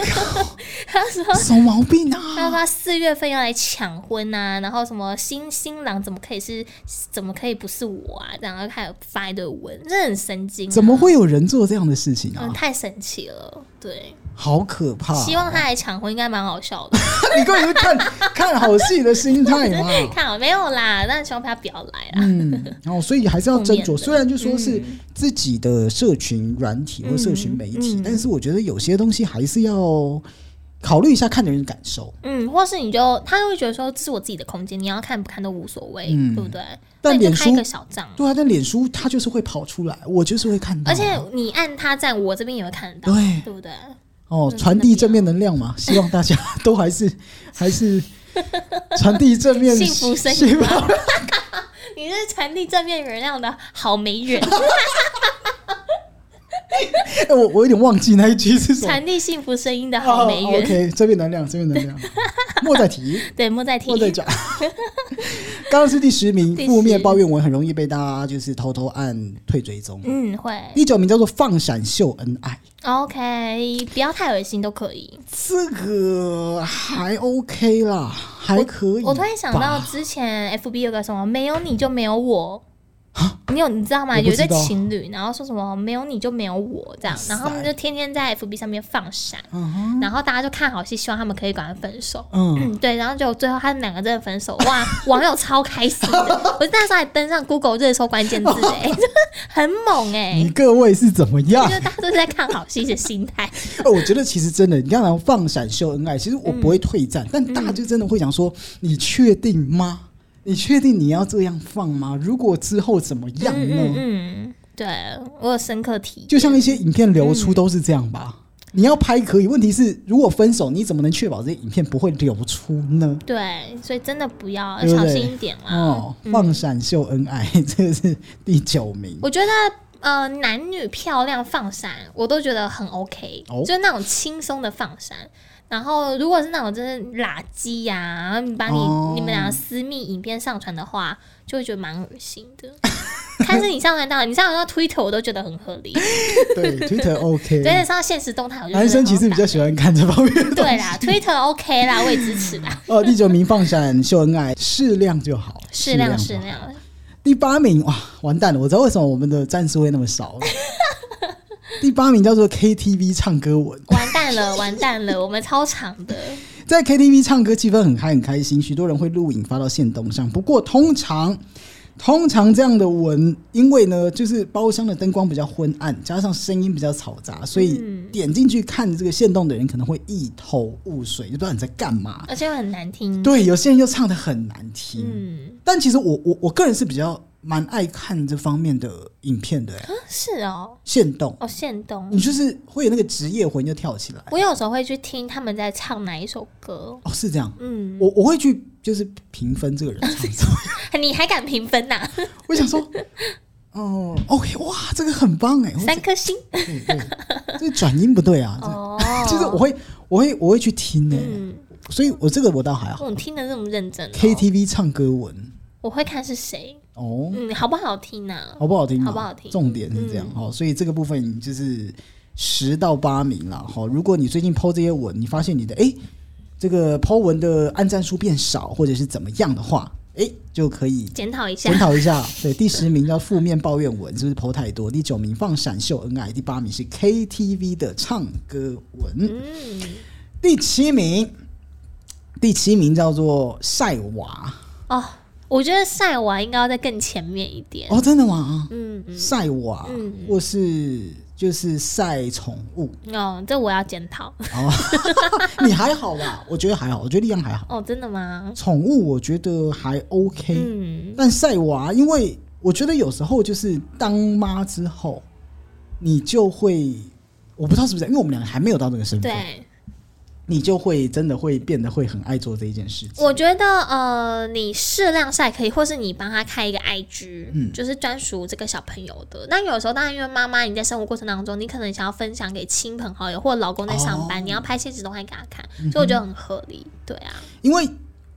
[SPEAKER 2] 她说
[SPEAKER 1] 什么毛病
[SPEAKER 2] 他
[SPEAKER 1] 啊？
[SPEAKER 2] 说他四月份要来抢婚呐、然后什么新新郎怎么可以是怎么可以不是我啊？然后开始发一堆文，这很神经、啊，
[SPEAKER 1] 怎么？会有人做这样的事情
[SPEAKER 2] 嗯，
[SPEAKER 1] 啊？
[SPEAKER 2] 太神奇了，对，
[SPEAKER 1] 好可怕！
[SPEAKER 2] 希望他来抢婚应该蛮好笑
[SPEAKER 1] <laughs>
[SPEAKER 2] 的。
[SPEAKER 1] 你根本是
[SPEAKER 2] <laughs>
[SPEAKER 1] 看看好戏的心态嘛。
[SPEAKER 2] 看好没有啦，但希望他不要来啦。
[SPEAKER 1] 嗯，然后所以还是要斟
[SPEAKER 2] 负面的
[SPEAKER 1] 酌。
[SPEAKER 2] 嗯
[SPEAKER 1] 虽然就说是自己的社群软体或社群媒体，
[SPEAKER 2] 嗯嗯
[SPEAKER 1] 但是我觉得有些东西还是要考虑一下看的人的感受。
[SPEAKER 2] 嗯，或是你就他就会觉得说这是我自己的空间，你要看不看都无所谓，
[SPEAKER 1] 嗯
[SPEAKER 2] 对不对？
[SPEAKER 1] 但
[SPEAKER 2] 那你就
[SPEAKER 1] 脸
[SPEAKER 2] 开一
[SPEAKER 1] 书
[SPEAKER 2] 个小账。
[SPEAKER 1] 对啊，但脸书它就是会跑出来，我就是会看到。啊
[SPEAKER 2] 而且你按他赞，我这边也会看得到，
[SPEAKER 1] 对
[SPEAKER 2] 对不对？
[SPEAKER 1] 哦，
[SPEAKER 2] 嗯
[SPEAKER 1] 传递正面能量嘛，希望大
[SPEAKER 2] <laughs>
[SPEAKER 1] 家都还是还是传递正面
[SPEAKER 2] 幸福生
[SPEAKER 1] 幸福
[SPEAKER 2] 你是传递正面能量的好媒
[SPEAKER 1] <laughs>
[SPEAKER 2] 人，
[SPEAKER 1] <laughs> 哎我我有点忘记那一句是什么。
[SPEAKER 2] 传递幸福声音的好媒
[SPEAKER 1] 哦
[SPEAKER 2] 人。
[SPEAKER 1] OK，正面能量，正面能
[SPEAKER 2] <laughs>
[SPEAKER 1] 量，莫再提。
[SPEAKER 2] 对，莫再提
[SPEAKER 1] 我。在
[SPEAKER 2] <laughs>
[SPEAKER 1] 讲，刚刚是第十名，
[SPEAKER 2] 第
[SPEAKER 1] 负面
[SPEAKER 2] 十
[SPEAKER 1] 抱怨文很容易被大家就是偷偷按退追踪。
[SPEAKER 2] 嗯，会。
[SPEAKER 1] 第九名叫做放闪秀恩爱，
[SPEAKER 2] OK，不要太恶心都可以。
[SPEAKER 1] 这个还 OK 啦，还可以吧。
[SPEAKER 2] 我突然想到之前 FB 有个什么“没有你就没有我”，你有你知道吗？
[SPEAKER 1] 我不
[SPEAKER 2] 有一
[SPEAKER 1] 知道
[SPEAKER 2] 对情侣，然后说什么“没有你就没有我”这样
[SPEAKER 1] 哇，塞
[SPEAKER 2] 然后他们就天天在 FB 上面放闪，
[SPEAKER 1] 嗯哼，
[SPEAKER 2] 然后大家就看好戏，希望他们可以赶快分手。
[SPEAKER 1] 嗯，
[SPEAKER 2] 嗯，对，然后就最后他们两个真的分手，哇， <laughs> 网友超开心的。我那时候还登上 Google 热搜关键字、欸， <laughs> 哎，很猛哎、
[SPEAKER 1] 你各位是怎么样
[SPEAKER 2] 就？是大家都在看好戏的心态。
[SPEAKER 1] 哎我觉得其实真的，你刚才放闪秀恩爱，其实我不会退
[SPEAKER 2] 嗯
[SPEAKER 1] 战，但大家就真的会想说，你确定吗？你确定你要这样放吗？如果之后怎么样呢？
[SPEAKER 2] 嗯嗯嗯，对我有深刻体验。
[SPEAKER 1] 就像一些影片流出
[SPEAKER 2] 嗯
[SPEAKER 1] 都是这样吧。你要拍可以，问题是如果分手，你怎么能确保这些影片不会流出呢？
[SPEAKER 2] 对，所以真的不要
[SPEAKER 1] 对不
[SPEAKER 2] 小
[SPEAKER 1] 对
[SPEAKER 2] 心一点啦。
[SPEAKER 1] 哦，放闪秀恩爱， <laughs> 这个是第九名。
[SPEAKER 2] 我觉得呃，男女漂亮放闪，我都觉得很 OK，、
[SPEAKER 1] 哦
[SPEAKER 2] 就是那种轻松的放闪。然后，如果是那种真是垃圾呀、然后你把你、
[SPEAKER 1] 哦
[SPEAKER 2] 你们俩私密影片上传的话，就会觉得蛮恶心的。 <laughs> 但是你上传到你上传到 Twitter，我都觉得很合理。
[SPEAKER 1] 对，Twitter
[SPEAKER 2] <laughs> <laughs> 对，
[SPEAKER 1] OK。
[SPEAKER 2] 上到现实动态，我就觉得
[SPEAKER 1] 男生其实
[SPEAKER 2] 很
[SPEAKER 1] 比
[SPEAKER 2] 好
[SPEAKER 1] 较喜欢看这方面的
[SPEAKER 2] 打
[SPEAKER 1] 东
[SPEAKER 2] 对
[SPEAKER 1] 西。
[SPEAKER 2] 啦，Twitter OK 啦，我也支持啦，
[SPEAKER 1] 哦，第九名放闪秀恩爱， <laughs> 适量就好，
[SPEAKER 2] 适量
[SPEAKER 1] 就
[SPEAKER 2] 适
[SPEAKER 1] 好。
[SPEAKER 2] 量。
[SPEAKER 1] 第八名哇，完蛋了！我知道为什么我们的战术会那么少了。 <laughs> 第八名叫做 KTV 唱歌文，
[SPEAKER 2] 完蛋了，完蛋了，我们超长的，
[SPEAKER 1] 在 KTV 唱歌气氛很嗨很开心，许多人会录影发到线动上。不过通常，通常这样的文，因为呢，就是包厢的灯光比较昏暗，加上声音比较嘈杂，所以
[SPEAKER 2] 嗯
[SPEAKER 1] 点进去看这个线动的人可能会一头雾水，就不知道你在干嘛。
[SPEAKER 2] 而且又很难听。
[SPEAKER 1] 对，有些人又唱的很难听。
[SPEAKER 2] 嗯，
[SPEAKER 1] 但其实我我我个人是比较蛮爱看这方面的影片的、欸
[SPEAKER 2] 啊是哦，
[SPEAKER 1] 线动，
[SPEAKER 2] 哦，现动
[SPEAKER 1] 你。就是会有那个职业魂就跳起来。
[SPEAKER 2] 我有时候会去听他们在唱哪一首歌。
[SPEAKER 1] 哦，是这样。
[SPEAKER 2] 嗯，啊
[SPEAKER 1] 我我会去就是评分这个人唱什么。
[SPEAKER 2] 你还敢评分呐、
[SPEAKER 1] 我想说，哦、o k 哇，这个很棒哎，
[SPEAKER 2] 三
[SPEAKER 1] <laughs>
[SPEAKER 2] 颗星
[SPEAKER 1] 对对，哦这转音不对啊，这，
[SPEAKER 2] 哦
[SPEAKER 1] <laughs> 就是我会，我会，我会去听哎、
[SPEAKER 2] 嗯，
[SPEAKER 1] 所以我这个我倒还好。
[SPEAKER 2] 我听的这么认真、哦、
[SPEAKER 1] KTV 唱歌文
[SPEAKER 2] 我会看是谁，
[SPEAKER 1] 哦，
[SPEAKER 2] 嗯，好不好听呐、
[SPEAKER 1] 好不好听嘛？
[SPEAKER 2] 好不好听嗯
[SPEAKER 1] 重点是这样哦，所以这个部分就是十到八名啦。哈、如果你最近 PO 这些文，你发现你的哎。这个 Po 文的按赞数变少，或者是怎么样的话，哎，就可以
[SPEAKER 2] 检讨一下
[SPEAKER 1] 检。讨一下。对，第十名叫负面抱怨文，是不是 PO 太多？第九名放闪秀恩爱，第八名是 KTV 的唱歌文，
[SPEAKER 2] 嗯，
[SPEAKER 1] 第七名，第七名叫做晒娃
[SPEAKER 2] 哦，我觉得晒娃应该要在更前面一点。
[SPEAKER 1] 哦，真的吗？
[SPEAKER 2] 嗯嗯，
[SPEAKER 1] 晒娃，
[SPEAKER 2] 嗯
[SPEAKER 1] 或是就是晒宠物
[SPEAKER 2] 哦，这我要检讨。 <laughs>
[SPEAKER 1] 哦，你还好吧？ <laughs> 我觉得还好，我觉得力量还好。
[SPEAKER 2] 哦，真的吗？
[SPEAKER 1] 宠物我觉得还 OK，、
[SPEAKER 2] 嗯，
[SPEAKER 1] 但晒娃，因为我觉得有时候就是当妈之后，你就会，我不知道是不是，因为我们两个还没有到这个身份，
[SPEAKER 2] 对，
[SPEAKER 1] 你就会真的会变得会很爱做这一件事情。
[SPEAKER 2] 我觉得呃，你适量晒可以，或是你帮他开一个 IG，、
[SPEAKER 1] 嗯
[SPEAKER 2] 就是专属这个小朋友的。那有时候当然，因为妈妈你在生活过程当中，你可能想要分享给亲朋好友，或者老公在上班，
[SPEAKER 1] 哦嗯
[SPEAKER 2] 你要拍现实动态给他看，所以我觉得很合理。对啊，
[SPEAKER 1] 因为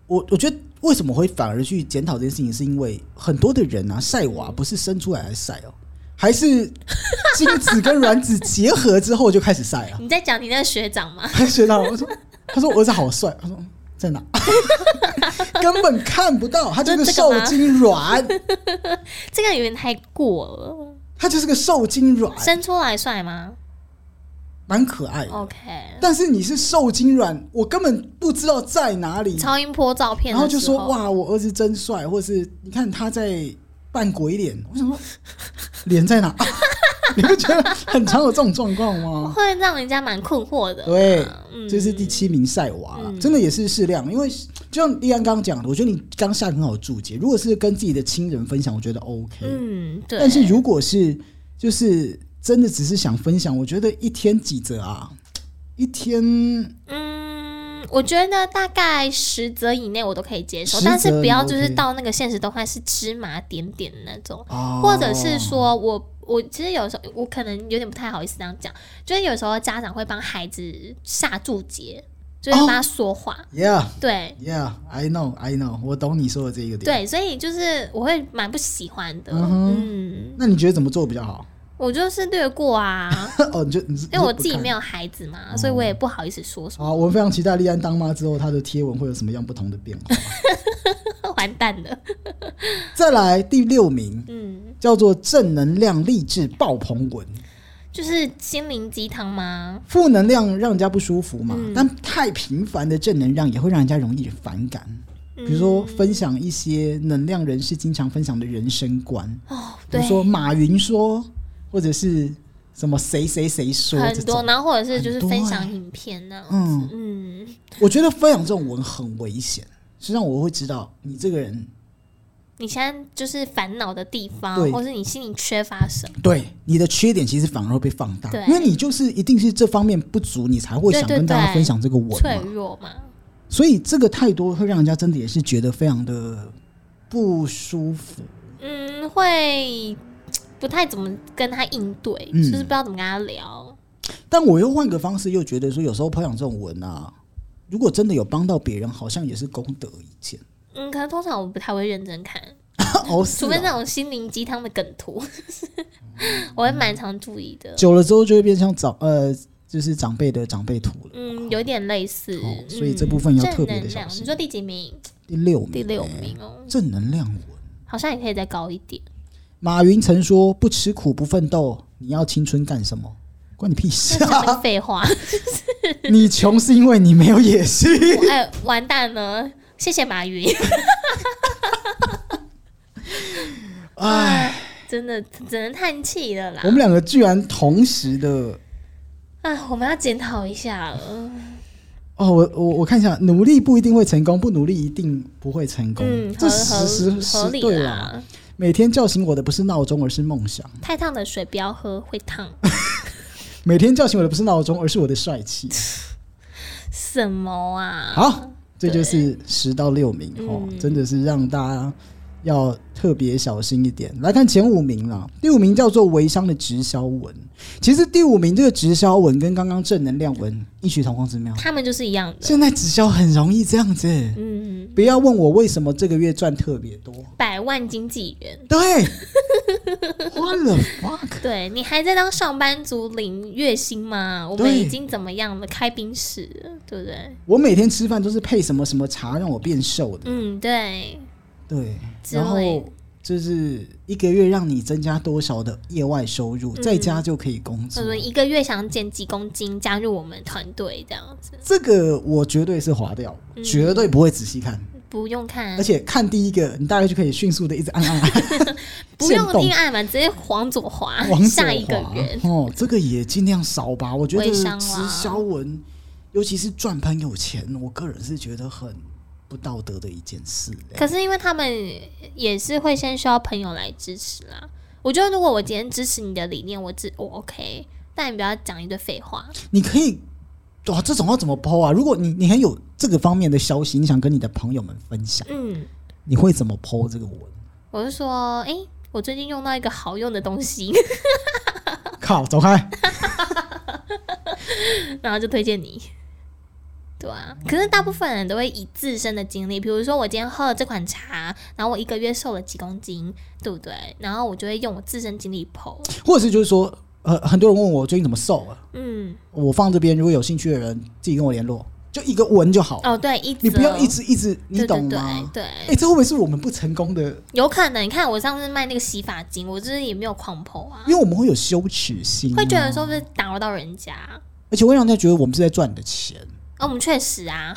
[SPEAKER 1] 我我觉得为什么会反而去检讨这件事情，是因为很多的人啊，晒娃不是生出来才晒哦，还是精子跟卵子结合之后就开始晒
[SPEAKER 2] <laughs>
[SPEAKER 1] 啊。
[SPEAKER 2] 你在讲你那个学长吗？ <laughs>
[SPEAKER 1] 他学到了，我说，他说我儿子好帅，他说嗯在哪？根本看不到，他就是个
[SPEAKER 2] 这这个
[SPEAKER 1] 受
[SPEAKER 2] 吗
[SPEAKER 1] 精卵，
[SPEAKER 2] 这个有点太过了。
[SPEAKER 1] 他就是个受精卵，
[SPEAKER 2] 生出来帅吗
[SPEAKER 1] 蛮可爱的。
[SPEAKER 2] 哦？OK，
[SPEAKER 1] 但是你是受精卵，我根本不知道在哪里。
[SPEAKER 2] 超音波照片
[SPEAKER 1] 然
[SPEAKER 2] 的时候，
[SPEAKER 1] 后就说哇，我儿子真帅，或是你看他在扮鬼脸，我想说脸在哪？ <laughs> 你不觉得很常有这种状况吗？
[SPEAKER 2] 会让人家蛮困惑的。
[SPEAKER 1] 对
[SPEAKER 2] 嗯，
[SPEAKER 1] 这是第七名晒娃了，
[SPEAKER 2] 嗯
[SPEAKER 1] 真的也是适量，因为就像丽安刚刚讲的，我觉得你刚下很好的注解。如果是跟自己的亲人分享，我觉得 OK，、
[SPEAKER 2] 嗯，对。
[SPEAKER 1] 但是如果是就是真的只是想分享，我觉得一天几则啊，一天
[SPEAKER 2] 嗯，我觉得大概十则以内我都可以接受
[SPEAKER 1] 10，
[SPEAKER 2] 但是
[SPEAKER 1] 则
[SPEAKER 2] 不
[SPEAKER 1] 你
[SPEAKER 2] 要就是
[SPEAKER 1] OK
[SPEAKER 2] 到那个现实动态是芝麻点点的那种，
[SPEAKER 1] 啊，
[SPEAKER 2] 或者是说我。我其实有时候我可能有点不太好意思这样讲，就是有时候家长会帮孩子下注解，就是
[SPEAKER 1] 哦
[SPEAKER 2] 帮他说话，
[SPEAKER 1] ，Yeah
[SPEAKER 2] 对
[SPEAKER 1] Yeah，I know I know，我懂你说的这一个点。
[SPEAKER 2] 对，所以就是我会蛮不喜欢的，
[SPEAKER 1] 嗯哼
[SPEAKER 2] 嗯，
[SPEAKER 1] 那你觉得怎么做比较好？ <laughs>
[SPEAKER 2] 我就是略过啊，
[SPEAKER 1] 哦，你就你是
[SPEAKER 2] 因为我自己没
[SPEAKER 1] 有。
[SPEAKER 2] 有孩子嘛，
[SPEAKER 1] 嗯
[SPEAKER 2] 所以我也不好意思说什么， <laughs>
[SPEAKER 1] 好，我非常期待丽安当妈之后，她的贴文会有什么样不同的变化。 <laughs>
[SPEAKER 2] 完蛋了，
[SPEAKER 1] 再来第六名
[SPEAKER 2] 嗯，
[SPEAKER 1] 叫做正能量励志爆棚文，
[SPEAKER 2] 就是心灵鸡汤吗？
[SPEAKER 1] 负能量让人家不舒服嘛，
[SPEAKER 2] 嗯
[SPEAKER 1] 但太频繁的正能量也会让人家容易反感。比
[SPEAKER 2] 嗯
[SPEAKER 1] 如说分享一些能量人士经常分享的人生观，
[SPEAKER 2] 哦，
[SPEAKER 1] 比
[SPEAKER 2] 对
[SPEAKER 1] 如，说马云说，或者是什么谁谁谁说这
[SPEAKER 2] 很多，
[SPEAKER 1] 种。
[SPEAKER 2] 然后或者是就是
[SPEAKER 1] 很多
[SPEAKER 2] 分
[SPEAKER 1] 欸
[SPEAKER 2] 享影片那样
[SPEAKER 1] 嗯
[SPEAKER 2] 子，嗯
[SPEAKER 1] 我觉得分享这种文很危险，实际上我会知道你这个人
[SPEAKER 2] 你现在就是烦恼的地方
[SPEAKER 1] 对，
[SPEAKER 2] 或是你心里缺乏什么，
[SPEAKER 1] 对你的缺点，其实反而会被放大
[SPEAKER 2] 对，
[SPEAKER 1] 因为你就是一定是这方面不足，你才会想
[SPEAKER 2] 对对
[SPEAKER 1] 跟大家
[SPEAKER 2] 对
[SPEAKER 1] 分享这个文嘛。
[SPEAKER 2] 脆弱嘛，
[SPEAKER 1] 所以这个太多会让人家真的也是觉得非常的不舒服。
[SPEAKER 2] 嗯，会不太怎么跟他应对，
[SPEAKER 1] 嗯
[SPEAKER 2] 就是不知道怎么跟他聊，
[SPEAKER 1] 但我又换个方式，又觉得说有时候分享这种文啊，如果真的有帮到别人，好像也是功德一件。
[SPEAKER 2] 嗯，可能通常我不太会认真看，
[SPEAKER 1] 哦，是
[SPEAKER 2] 除非那
[SPEAKER 1] 啊
[SPEAKER 2] 种心灵鸡汤的梗
[SPEAKER 1] <laughs>
[SPEAKER 2] 图，我会蛮常注意的，
[SPEAKER 1] 久了之后就会变成长呃，就是长辈的长辈图了。
[SPEAKER 2] 嗯，有点类似
[SPEAKER 1] 哦，所以
[SPEAKER 2] 嗯
[SPEAKER 1] 这部分要
[SPEAKER 2] 正
[SPEAKER 1] 特别地
[SPEAKER 2] 能
[SPEAKER 1] 小
[SPEAKER 2] 量
[SPEAKER 1] 心
[SPEAKER 2] 你说第几名？
[SPEAKER 1] 第六名，
[SPEAKER 2] 第六名哦，
[SPEAKER 1] 正能量文。
[SPEAKER 2] 好像也可以再高一
[SPEAKER 1] <laughs>
[SPEAKER 2] 点。
[SPEAKER 1] 马云曾说：“不吃苦不奋斗，你要青春干什么？关你屁事
[SPEAKER 2] 讲
[SPEAKER 1] 啊！
[SPEAKER 2] 的废话， <laughs>
[SPEAKER 1] 你穷是因为你没有野心。 <laughs>
[SPEAKER 2] 我哎，完蛋了！谢谢马云，
[SPEAKER 1] 唉，
[SPEAKER 2] 啊真的只能叹气了啦
[SPEAKER 1] 我。们两个居然同时的
[SPEAKER 2] 哎，我们要检讨一下了。
[SPEAKER 1] 哦，我我我看一下，努力不一定会成功，不努力一定不会成功。
[SPEAKER 2] 嗯，合
[SPEAKER 1] 这十
[SPEAKER 2] 合
[SPEAKER 1] 十
[SPEAKER 2] 合
[SPEAKER 1] 十
[SPEAKER 2] 理啊
[SPEAKER 1] 对啦。
[SPEAKER 2] 啦。
[SPEAKER 1] 每天叫醒我的不是闹钟，而是梦想；
[SPEAKER 2] 太烫的水不要喝，会
[SPEAKER 1] <laughs>
[SPEAKER 2] 烫。
[SPEAKER 1] 每天叫醒我的不是闹钟，而是我的帅
[SPEAKER 2] <laughs>
[SPEAKER 1] 气。
[SPEAKER 2] 什么啊？
[SPEAKER 1] 好，这就是十到六名哦，
[SPEAKER 2] 嗯
[SPEAKER 1] 真的是让大家要特别小心一点。来看前五名啦，第五名叫做微商的直销文。其实第五名这个直销文跟刚刚正能量文异曲同工之妙。
[SPEAKER 2] 他们就是一样的。
[SPEAKER 1] 现在直销很容易这样子，
[SPEAKER 2] 嗯，
[SPEAKER 1] 不要问我为什么这个月赚特别多。
[SPEAKER 2] 百万经纪人，
[SPEAKER 1] <laughs> 对，What the fuck？
[SPEAKER 2] 对你还在当上班族领月薪吗？我们
[SPEAKER 1] 对
[SPEAKER 2] 已经怎么样了？开冰室了，对不对？
[SPEAKER 1] 我每天吃饭都是配什么什么茶让我变瘦的，
[SPEAKER 2] 嗯，对，
[SPEAKER 1] 对，
[SPEAKER 2] 之
[SPEAKER 1] 然
[SPEAKER 2] 类
[SPEAKER 1] 后就是一个月让你增加多少的业外收入，
[SPEAKER 2] 嗯
[SPEAKER 1] 在家就可以工
[SPEAKER 2] 我
[SPEAKER 1] 作。
[SPEAKER 2] 们一个月想减几公斤，加入我们团队这样子，
[SPEAKER 1] 这个我绝对是划掉，
[SPEAKER 2] 嗯
[SPEAKER 1] 绝对不会仔细看，
[SPEAKER 2] 不用看
[SPEAKER 1] 而，且看第一个，你大概就可以迅速的一直按按按，
[SPEAKER 2] <laughs> 不
[SPEAKER 1] 现
[SPEAKER 2] 用
[SPEAKER 1] 动
[SPEAKER 2] 定爱嘛，直接往左滑，
[SPEAKER 1] 往左
[SPEAKER 2] 下一个
[SPEAKER 1] 滑
[SPEAKER 2] 人。
[SPEAKER 1] 哦，这个也尽量少吧。我觉得
[SPEAKER 2] 微商啦啊
[SPEAKER 1] 直销文，尤其是赚朋友钱，我个人是觉得很不道德的一件事、欸。
[SPEAKER 2] 可是因为他们也是会先需要朋友来支持啦。我觉得如果我今天支持你的理念，我支我 OK，但你不要讲一堆废话。
[SPEAKER 1] 你可以哇，这种要怎么剖啊？如果你你很有这个方面的消息，你想跟你的朋友们分享，
[SPEAKER 2] 嗯，
[SPEAKER 1] 你会怎么剖这个
[SPEAKER 2] <laughs>
[SPEAKER 1] 文？
[SPEAKER 2] 我就说，诶，我最近用到一个好用的东西，
[SPEAKER 1] 靠，走开！
[SPEAKER 2] 然后就推荐你。对啊，可是大部分人都会以自身的经历，比如说我今天喝了这款茶，然后我一个月瘦了几公斤，对不对？然后我就会用我自身经历剖。
[SPEAKER 1] 或者是就是说，呃，很多人问我最近怎么瘦了，
[SPEAKER 2] 嗯，
[SPEAKER 1] 我放这边，如果有兴趣的人自己跟我联络，就一个文就好，
[SPEAKER 2] 哦，对，一
[SPEAKER 1] 你不要
[SPEAKER 2] 则
[SPEAKER 1] 一直一直，你
[SPEAKER 2] 对对
[SPEAKER 1] 懂吗？
[SPEAKER 2] 对对
[SPEAKER 1] 哎、这会不会是我们不成功的？
[SPEAKER 2] 有可能，你看我上次卖那个洗发精，我就是也没有狂剖啊，
[SPEAKER 1] 因为我们会有羞耻心、啊
[SPEAKER 2] 会觉得，说是打扰到人家。
[SPEAKER 1] 而且会让人家觉得我们是在赚你的钱。 <laughs>
[SPEAKER 2] 啊，我们确实啊，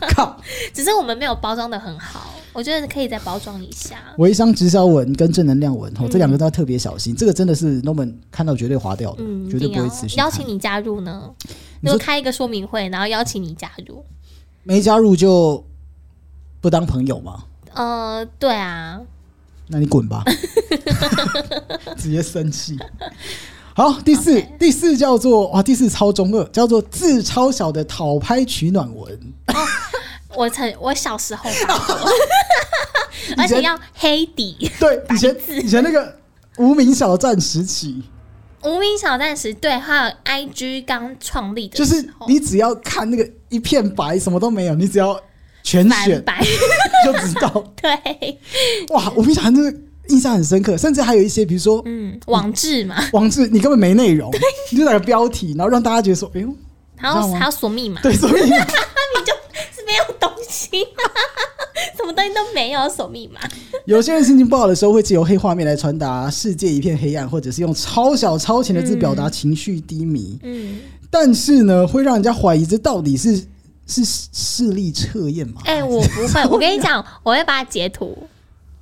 [SPEAKER 2] <laughs>
[SPEAKER 1] 靠，
[SPEAKER 2] 只是我们没有包装的很好，我觉得可以再包装一下。
[SPEAKER 1] 微商直销文跟正能量文，哦，
[SPEAKER 2] 嗯
[SPEAKER 1] 这两个都要特别小心。这个真的是 Norman 看到绝对划掉的，
[SPEAKER 2] 嗯，
[SPEAKER 1] 绝对
[SPEAKER 2] 一
[SPEAKER 1] 不
[SPEAKER 2] 定
[SPEAKER 1] 会
[SPEAKER 2] 要
[SPEAKER 1] 仔细看
[SPEAKER 2] 邀请你加入呢，
[SPEAKER 1] 你
[SPEAKER 2] 如
[SPEAKER 1] 说
[SPEAKER 2] 果开一个说明会，然后邀请你加入。
[SPEAKER 1] 没加入就不当朋友嘛，
[SPEAKER 2] 呃，对啊，
[SPEAKER 1] 那你滚吧， <laughs> 直接生气。好，第四
[SPEAKER 2] OK
[SPEAKER 1] 第四叫做哇，第四超中二，叫做字超小的讨拍取暖文。
[SPEAKER 2] 我曾我小时候发过，
[SPEAKER 1] <laughs>
[SPEAKER 2] 而且要黑底。
[SPEAKER 1] 对，以前以前那个无名小站时期，
[SPEAKER 2] 无名小站时，对，还有 IG 刚创立的时
[SPEAKER 1] 就
[SPEAKER 2] 候，
[SPEAKER 1] 是你只要看那个一片白，什么都没有，你只要全
[SPEAKER 2] 反
[SPEAKER 1] 选
[SPEAKER 2] 白， <laughs>
[SPEAKER 1] 就知道。
[SPEAKER 2] 对，
[SPEAKER 1] 哇，无名小站真的印象很深刻，甚至还有一些，比如说
[SPEAKER 2] 嗯，网志嘛，
[SPEAKER 1] 网志，你根本没内容，你就打个标题，然后让大家觉得说，哎呦，你
[SPEAKER 2] 然
[SPEAKER 1] 知道
[SPEAKER 2] 后
[SPEAKER 1] 吗
[SPEAKER 2] 还要锁密码，
[SPEAKER 1] 对，所
[SPEAKER 2] <laughs>
[SPEAKER 1] 以
[SPEAKER 2] 是没有东西， <laughs> 什么东西都没有，锁密码。
[SPEAKER 1] 有些人心情不好的时候，会借由黑画面来传达世界一片黑暗，或者是用超小超前的字表达情绪低迷。
[SPEAKER 2] 嗯，
[SPEAKER 1] 但是呢，会让人家怀疑这到底是是视力测验吗？
[SPEAKER 2] 哎、我不会，我跟你讲，我会把它截图，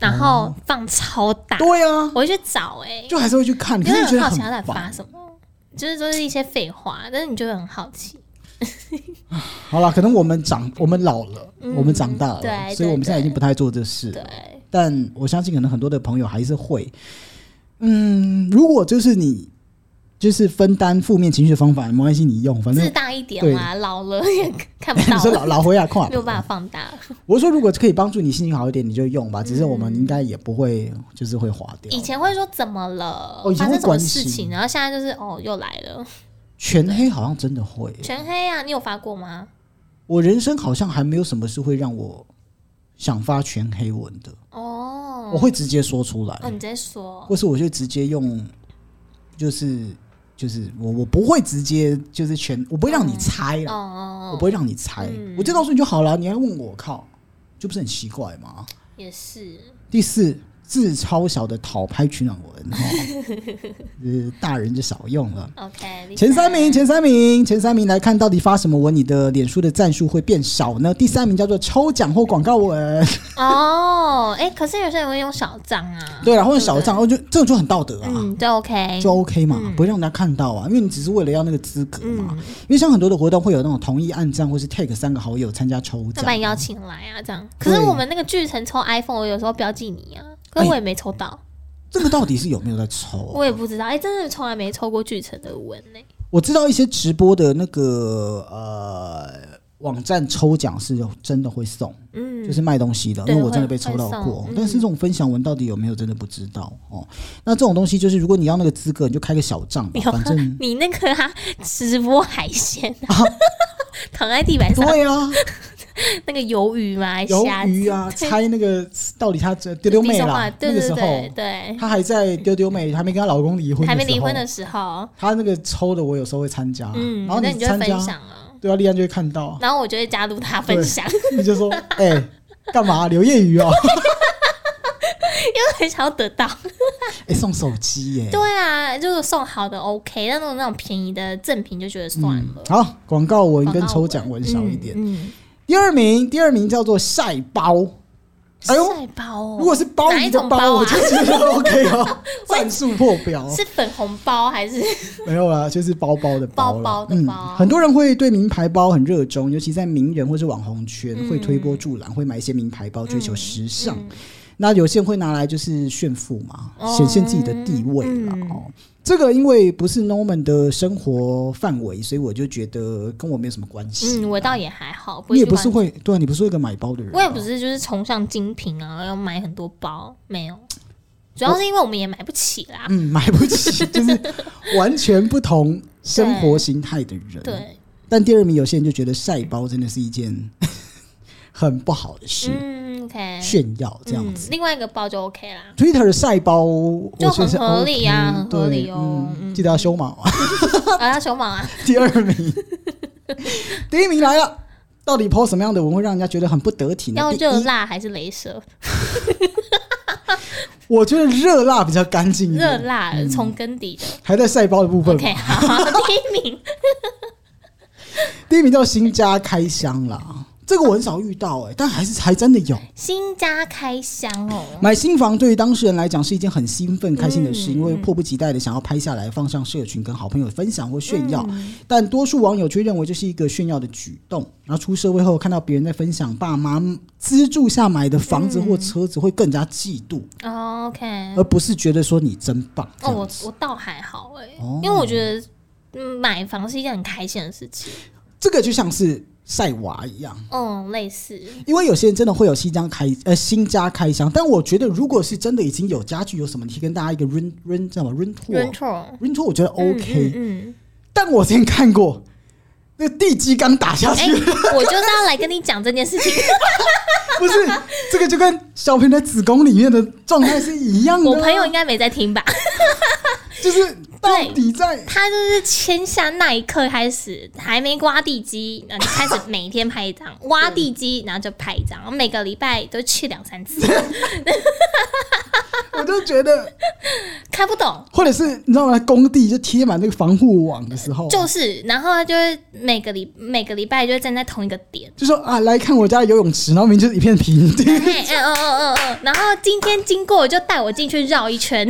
[SPEAKER 2] 然后放超大，
[SPEAKER 1] 哦对啊，
[SPEAKER 2] 我会去找、哎，
[SPEAKER 1] 就还是会去看，可
[SPEAKER 2] 因
[SPEAKER 1] 是
[SPEAKER 2] 为
[SPEAKER 1] 就觉
[SPEAKER 2] 很
[SPEAKER 1] 得
[SPEAKER 2] 好
[SPEAKER 1] 很
[SPEAKER 2] 奇他在发
[SPEAKER 1] 烦。
[SPEAKER 2] 什么，就是都是一些废话，但是你就会很好奇。
[SPEAKER 1] 好了，可能我们长我们老了，
[SPEAKER 2] 嗯
[SPEAKER 1] 我们长大了，
[SPEAKER 2] 对
[SPEAKER 1] 所以我们
[SPEAKER 2] 对
[SPEAKER 1] 现在已经不太做这事了。
[SPEAKER 2] 对，
[SPEAKER 1] 但我相信可能很多的朋友还是会，嗯，如果就是你就是分担负面情绪的方法，没关系，你用，反正
[SPEAKER 2] 自大一点嘛，老了
[SPEAKER 1] <laughs>
[SPEAKER 2] 也看不
[SPEAKER 1] 你
[SPEAKER 2] 到
[SPEAKER 1] 说
[SPEAKER 2] 了，
[SPEAKER 1] 老老回来看
[SPEAKER 2] 没，有办法放大。
[SPEAKER 1] 我说如果可以帮助你心情好一点，你就用吧。只是我们应该也不会就是会划掉
[SPEAKER 2] 嗯以。前会说怎么了，
[SPEAKER 1] 哦以前会
[SPEAKER 2] 发生什么
[SPEAKER 1] 关
[SPEAKER 2] 事
[SPEAKER 1] 心
[SPEAKER 2] 情，然后现在就是哦，又来了，
[SPEAKER 1] 全黑好像真的会，
[SPEAKER 2] 全黑啊！你有发过吗？
[SPEAKER 1] 我人生好像还没有什么是会让我想发全黑文的，
[SPEAKER 2] 哦，
[SPEAKER 1] 我会直接说出来。
[SPEAKER 2] 哦，你在说
[SPEAKER 1] 或是我就直接用，就是就是我我不会直接就是全，我不会让你猜
[SPEAKER 2] 哦
[SPEAKER 1] 啦，
[SPEAKER 2] 哦，
[SPEAKER 1] 我不会让你猜，
[SPEAKER 2] 嗯
[SPEAKER 1] 我就告诉你就好了，你还问我靠，这不是很奇怪吗？
[SPEAKER 2] 也是，
[SPEAKER 1] 第四。字超小的讨拍取暖文，哦、呃，大 <laughs> 人就少用了。
[SPEAKER 2] OK，
[SPEAKER 1] 前三名，
[SPEAKER 2] 前
[SPEAKER 1] 前三名，前三名来看到底发什么文，你的脸书的赞数会变少呢？第三名叫做抽奖或广告
[SPEAKER 2] <laughs>
[SPEAKER 1] 文，
[SPEAKER 2] 哦，哎、可是有些人会用小账啊，
[SPEAKER 1] 对啦，或者小
[SPEAKER 2] 对
[SPEAKER 1] 账，我就这种就很道德啊。
[SPEAKER 2] 嗯，就 OK，
[SPEAKER 1] 就 OK 嘛，
[SPEAKER 2] 嗯
[SPEAKER 1] 不会让人家看到啊，因为你只是为了要那个资格嘛。
[SPEAKER 2] 嗯，
[SPEAKER 1] 因为像很多的活动会有那种同意按赞或是 tag 三个好友参加抽
[SPEAKER 2] 那
[SPEAKER 1] 奖
[SPEAKER 2] 把，你邀请来啊，这样。可是
[SPEAKER 1] 对哎
[SPEAKER 2] 我们那个巨城抽 iPhone，我有时候标记你啊，可是我也没抽到，
[SPEAKER 1] 这个到底是有没有在抽啊？
[SPEAKER 2] 我也不知道，哎、真的从来没抽过巨城的文呢、
[SPEAKER 1] 我知道一些直播的那个呃网站抽奖是有真的会送，
[SPEAKER 2] 嗯，
[SPEAKER 1] 就是卖东西的，
[SPEAKER 2] 对
[SPEAKER 1] 因为我真的被抽到
[SPEAKER 2] 会会
[SPEAKER 1] 过
[SPEAKER 2] 送。嗯
[SPEAKER 1] 但是这种分享文到底有没有真的不知道哦？那这种东西就是如果你要那个资格，你就开个小账吧
[SPEAKER 2] 有，啊
[SPEAKER 1] 反
[SPEAKER 2] <laughs>
[SPEAKER 1] 正
[SPEAKER 2] 你那个啊，直播海鲜、啊， <laughs> 躺在地板上
[SPEAKER 1] 对啊，
[SPEAKER 2] 那个鱿鱼嘛，虾
[SPEAKER 1] 鱿
[SPEAKER 2] 子
[SPEAKER 1] 鱼啊，猜那个到底他这丢丢妹
[SPEAKER 2] 地上
[SPEAKER 1] 啦
[SPEAKER 2] 画，
[SPEAKER 1] 那
[SPEAKER 2] 啊对
[SPEAKER 1] 个
[SPEAKER 2] 对
[SPEAKER 1] 时候
[SPEAKER 2] 对。对，
[SPEAKER 1] 她还在丢丢妹，还没跟她老公离婚，
[SPEAKER 2] 还没离婚的，时候，
[SPEAKER 1] 她那个抽的我有时候会参加，啊
[SPEAKER 2] 嗯，
[SPEAKER 1] 然后
[SPEAKER 2] 那
[SPEAKER 1] 你
[SPEAKER 2] 就会
[SPEAKER 1] 参
[SPEAKER 2] 分
[SPEAKER 1] 加，
[SPEAKER 2] 享啊，
[SPEAKER 1] 对啊，立安就会看到，
[SPEAKER 2] 然后我就会加入他分享，
[SPEAKER 1] 你就说，哎、 <laughs> 干嘛？刘业余哦，
[SPEAKER 2] 很想要得到。
[SPEAKER 1] <laughs> 哎、送手机耶、
[SPEAKER 2] 对啊，就是送好的 OK，但那种那种便宜的赠品就觉得算
[SPEAKER 1] 嗯
[SPEAKER 2] 了，。
[SPEAKER 1] 好，广告文
[SPEAKER 2] 广
[SPEAKER 1] 跟
[SPEAKER 2] 告
[SPEAKER 1] 抽奖文少一点。
[SPEAKER 2] 嗯，嗯
[SPEAKER 1] 第二名，第二名叫做晒包。哎呦，
[SPEAKER 2] 晒包哦，
[SPEAKER 1] 如果是包
[SPEAKER 2] 哪
[SPEAKER 1] 鱼
[SPEAKER 2] 一
[SPEAKER 1] 的
[SPEAKER 2] 种
[SPEAKER 1] 包，
[SPEAKER 2] 包
[SPEAKER 1] 我
[SPEAKER 2] 啊
[SPEAKER 1] 就觉得 OK
[SPEAKER 2] <laughs>
[SPEAKER 1] 哦，战术破表。哦
[SPEAKER 2] 是粉红包
[SPEAKER 1] <laughs>
[SPEAKER 2] 还是
[SPEAKER 1] 没有啦，就是包包的包啦
[SPEAKER 2] 包包的包
[SPEAKER 1] 嗯，很多人会对名牌包很热衷，尤其在名人或是网红圈、会推波助澜，会买一些名牌包追求时尚。那有些人会拿来就是炫富嘛，
[SPEAKER 2] 嗯哦
[SPEAKER 1] 显现自己的地位啦。
[SPEAKER 2] 嗯
[SPEAKER 1] 哦。这个因为不是 Norman 的生活范围，所以我就觉得跟我没有什么关系。
[SPEAKER 2] 嗯，我倒也还好，
[SPEAKER 1] 你也不
[SPEAKER 2] 去
[SPEAKER 1] 是
[SPEAKER 2] 玩，
[SPEAKER 1] 会对啊，你不是会一个买包的人、啊，
[SPEAKER 2] 我也不是就是崇尚精品啊，要买很多包，没有，主要是因为我们也买不起啦。
[SPEAKER 1] 嗯，买不起，就是完全不同生活形态的人。
[SPEAKER 2] 对，
[SPEAKER 1] 但第二名有些人就觉得晒包真的是一件 <laughs> 很不好的事，
[SPEAKER 2] 嗯，OK，
[SPEAKER 1] 炫耀这样
[SPEAKER 2] 嗯
[SPEAKER 1] 子。
[SPEAKER 2] 另外一个包就
[SPEAKER 1] <laughs>
[SPEAKER 2] OK 啦。
[SPEAKER 1] Twitter 的晒包我
[SPEAKER 2] 嗯就
[SPEAKER 1] 觉得是
[SPEAKER 2] 很合理啊
[SPEAKER 1] OK，
[SPEAKER 2] 很合理
[SPEAKER 1] 对
[SPEAKER 2] 哦
[SPEAKER 1] 嗯
[SPEAKER 2] 嗯
[SPEAKER 1] 记得要修毛。
[SPEAKER 2] 啊，他熊猫啊，
[SPEAKER 1] <laughs> 第二
[SPEAKER 2] <laughs>
[SPEAKER 1] 名，第一名来了。到底 PO 什么样的文会让人家觉得很不得体呢？
[SPEAKER 2] 要
[SPEAKER 1] 第一
[SPEAKER 2] 热辣还是镭射？
[SPEAKER 1] 我觉得热辣比较干净一
[SPEAKER 2] 热
[SPEAKER 1] 点，
[SPEAKER 2] 辣从根底的。
[SPEAKER 1] 还在晒包的部分嘛。
[SPEAKER 2] OK，好，第一名。
[SPEAKER 1] 第一名叫新家开箱啦，这个我很少遇到哎、但还是还真的有。
[SPEAKER 2] 新家开箱哦，
[SPEAKER 1] 买新房对于当事人来讲是一件很兴奋、开心的事，
[SPEAKER 2] 嗯
[SPEAKER 1] 因为迫不及待的想要拍下来放上社群，跟好朋友分享或炫耀。
[SPEAKER 2] 嗯
[SPEAKER 1] 但多数网友却认为这是一个炫耀的举动。然后出社会后，看到别人在分享爸妈资助下买的房子或车子，会更加嫉妒，
[SPEAKER 2] 哦 OK，
[SPEAKER 1] 而不是觉得说你真棒这
[SPEAKER 2] 哦，
[SPEAKER 1] 样
[SPEAKER 2] 我
[SPEAKER 1] 子。
[SPEAKER 2] 我倒还好哎、
[SPEAKER 1] 哦
[SPEAKER 2] 因为我觉得嗯买房是一件很开心的事情，
[SPEAKER 1] 这个就像是晒娃一样。
[SPEAKER 2] 嗯，类似，
[SPEAKER 1] 因为有些人真的会有新家开呃新家开箱，但我觉得如果是真的已经有家具有什么，提跟大家一个 run run 叫什么 run
[SPEAKER 2] 人
[SPEAKER 1] tour
[SPEAKER 2] 头
[SPEAKER 1] run tour，我觉得 OK，、
[SPEAKER 2] 嗯，嗯
[SPEAKER 1] <laughs> 但我之前看过，那地基刚打下
[SPEAKER 2] 哎、
[SPEAKER 1] 去，
[SPEAKER 2] 我就是要来跟你讲这件事情，
[SPEAKER 1] <laughs> 不是这个就跟小平的子宫里面的状态是一样的啊、
[SPEAKER 2] 我朋友应该没在听吧？ <laughs>
[SPEAKER 1] 就是到底在
[SPEAKER 2] 他就是签下那一刻开始，还没挖地基，然后就开始每天拍
[SPEAKER 1] <laughs>
[SPEAKER 2] 一张，挖地基，然后就拍一张，然后每个礼拜都去两
[SPEAKER 1] <laughs>
[SPEAKER 2] 三次，
[SPEAKER 1] 我就觉得，
[SPEAKER 2] 看不懂。
[SPEAKER 1] 或者是你知道吗？工地就贴满那个防护网的时候，啊就
[SPEAKER 2] 就是，然后他就会每个礼每个礼拜就会站在同一个点，
[SPEAKER 1] 说啊，来看我家的游泳池，然后明明就是一片
[SPEAKER 2] <laughs>
[SPEAKER 1] 平地，
[SPEAKER 2] 嘿，嗯嗯嗯嗯嗯，然后今天经过就带我进去绕
[SPEAKER 1] <laughs>
[SPEAKER 2] 一圈，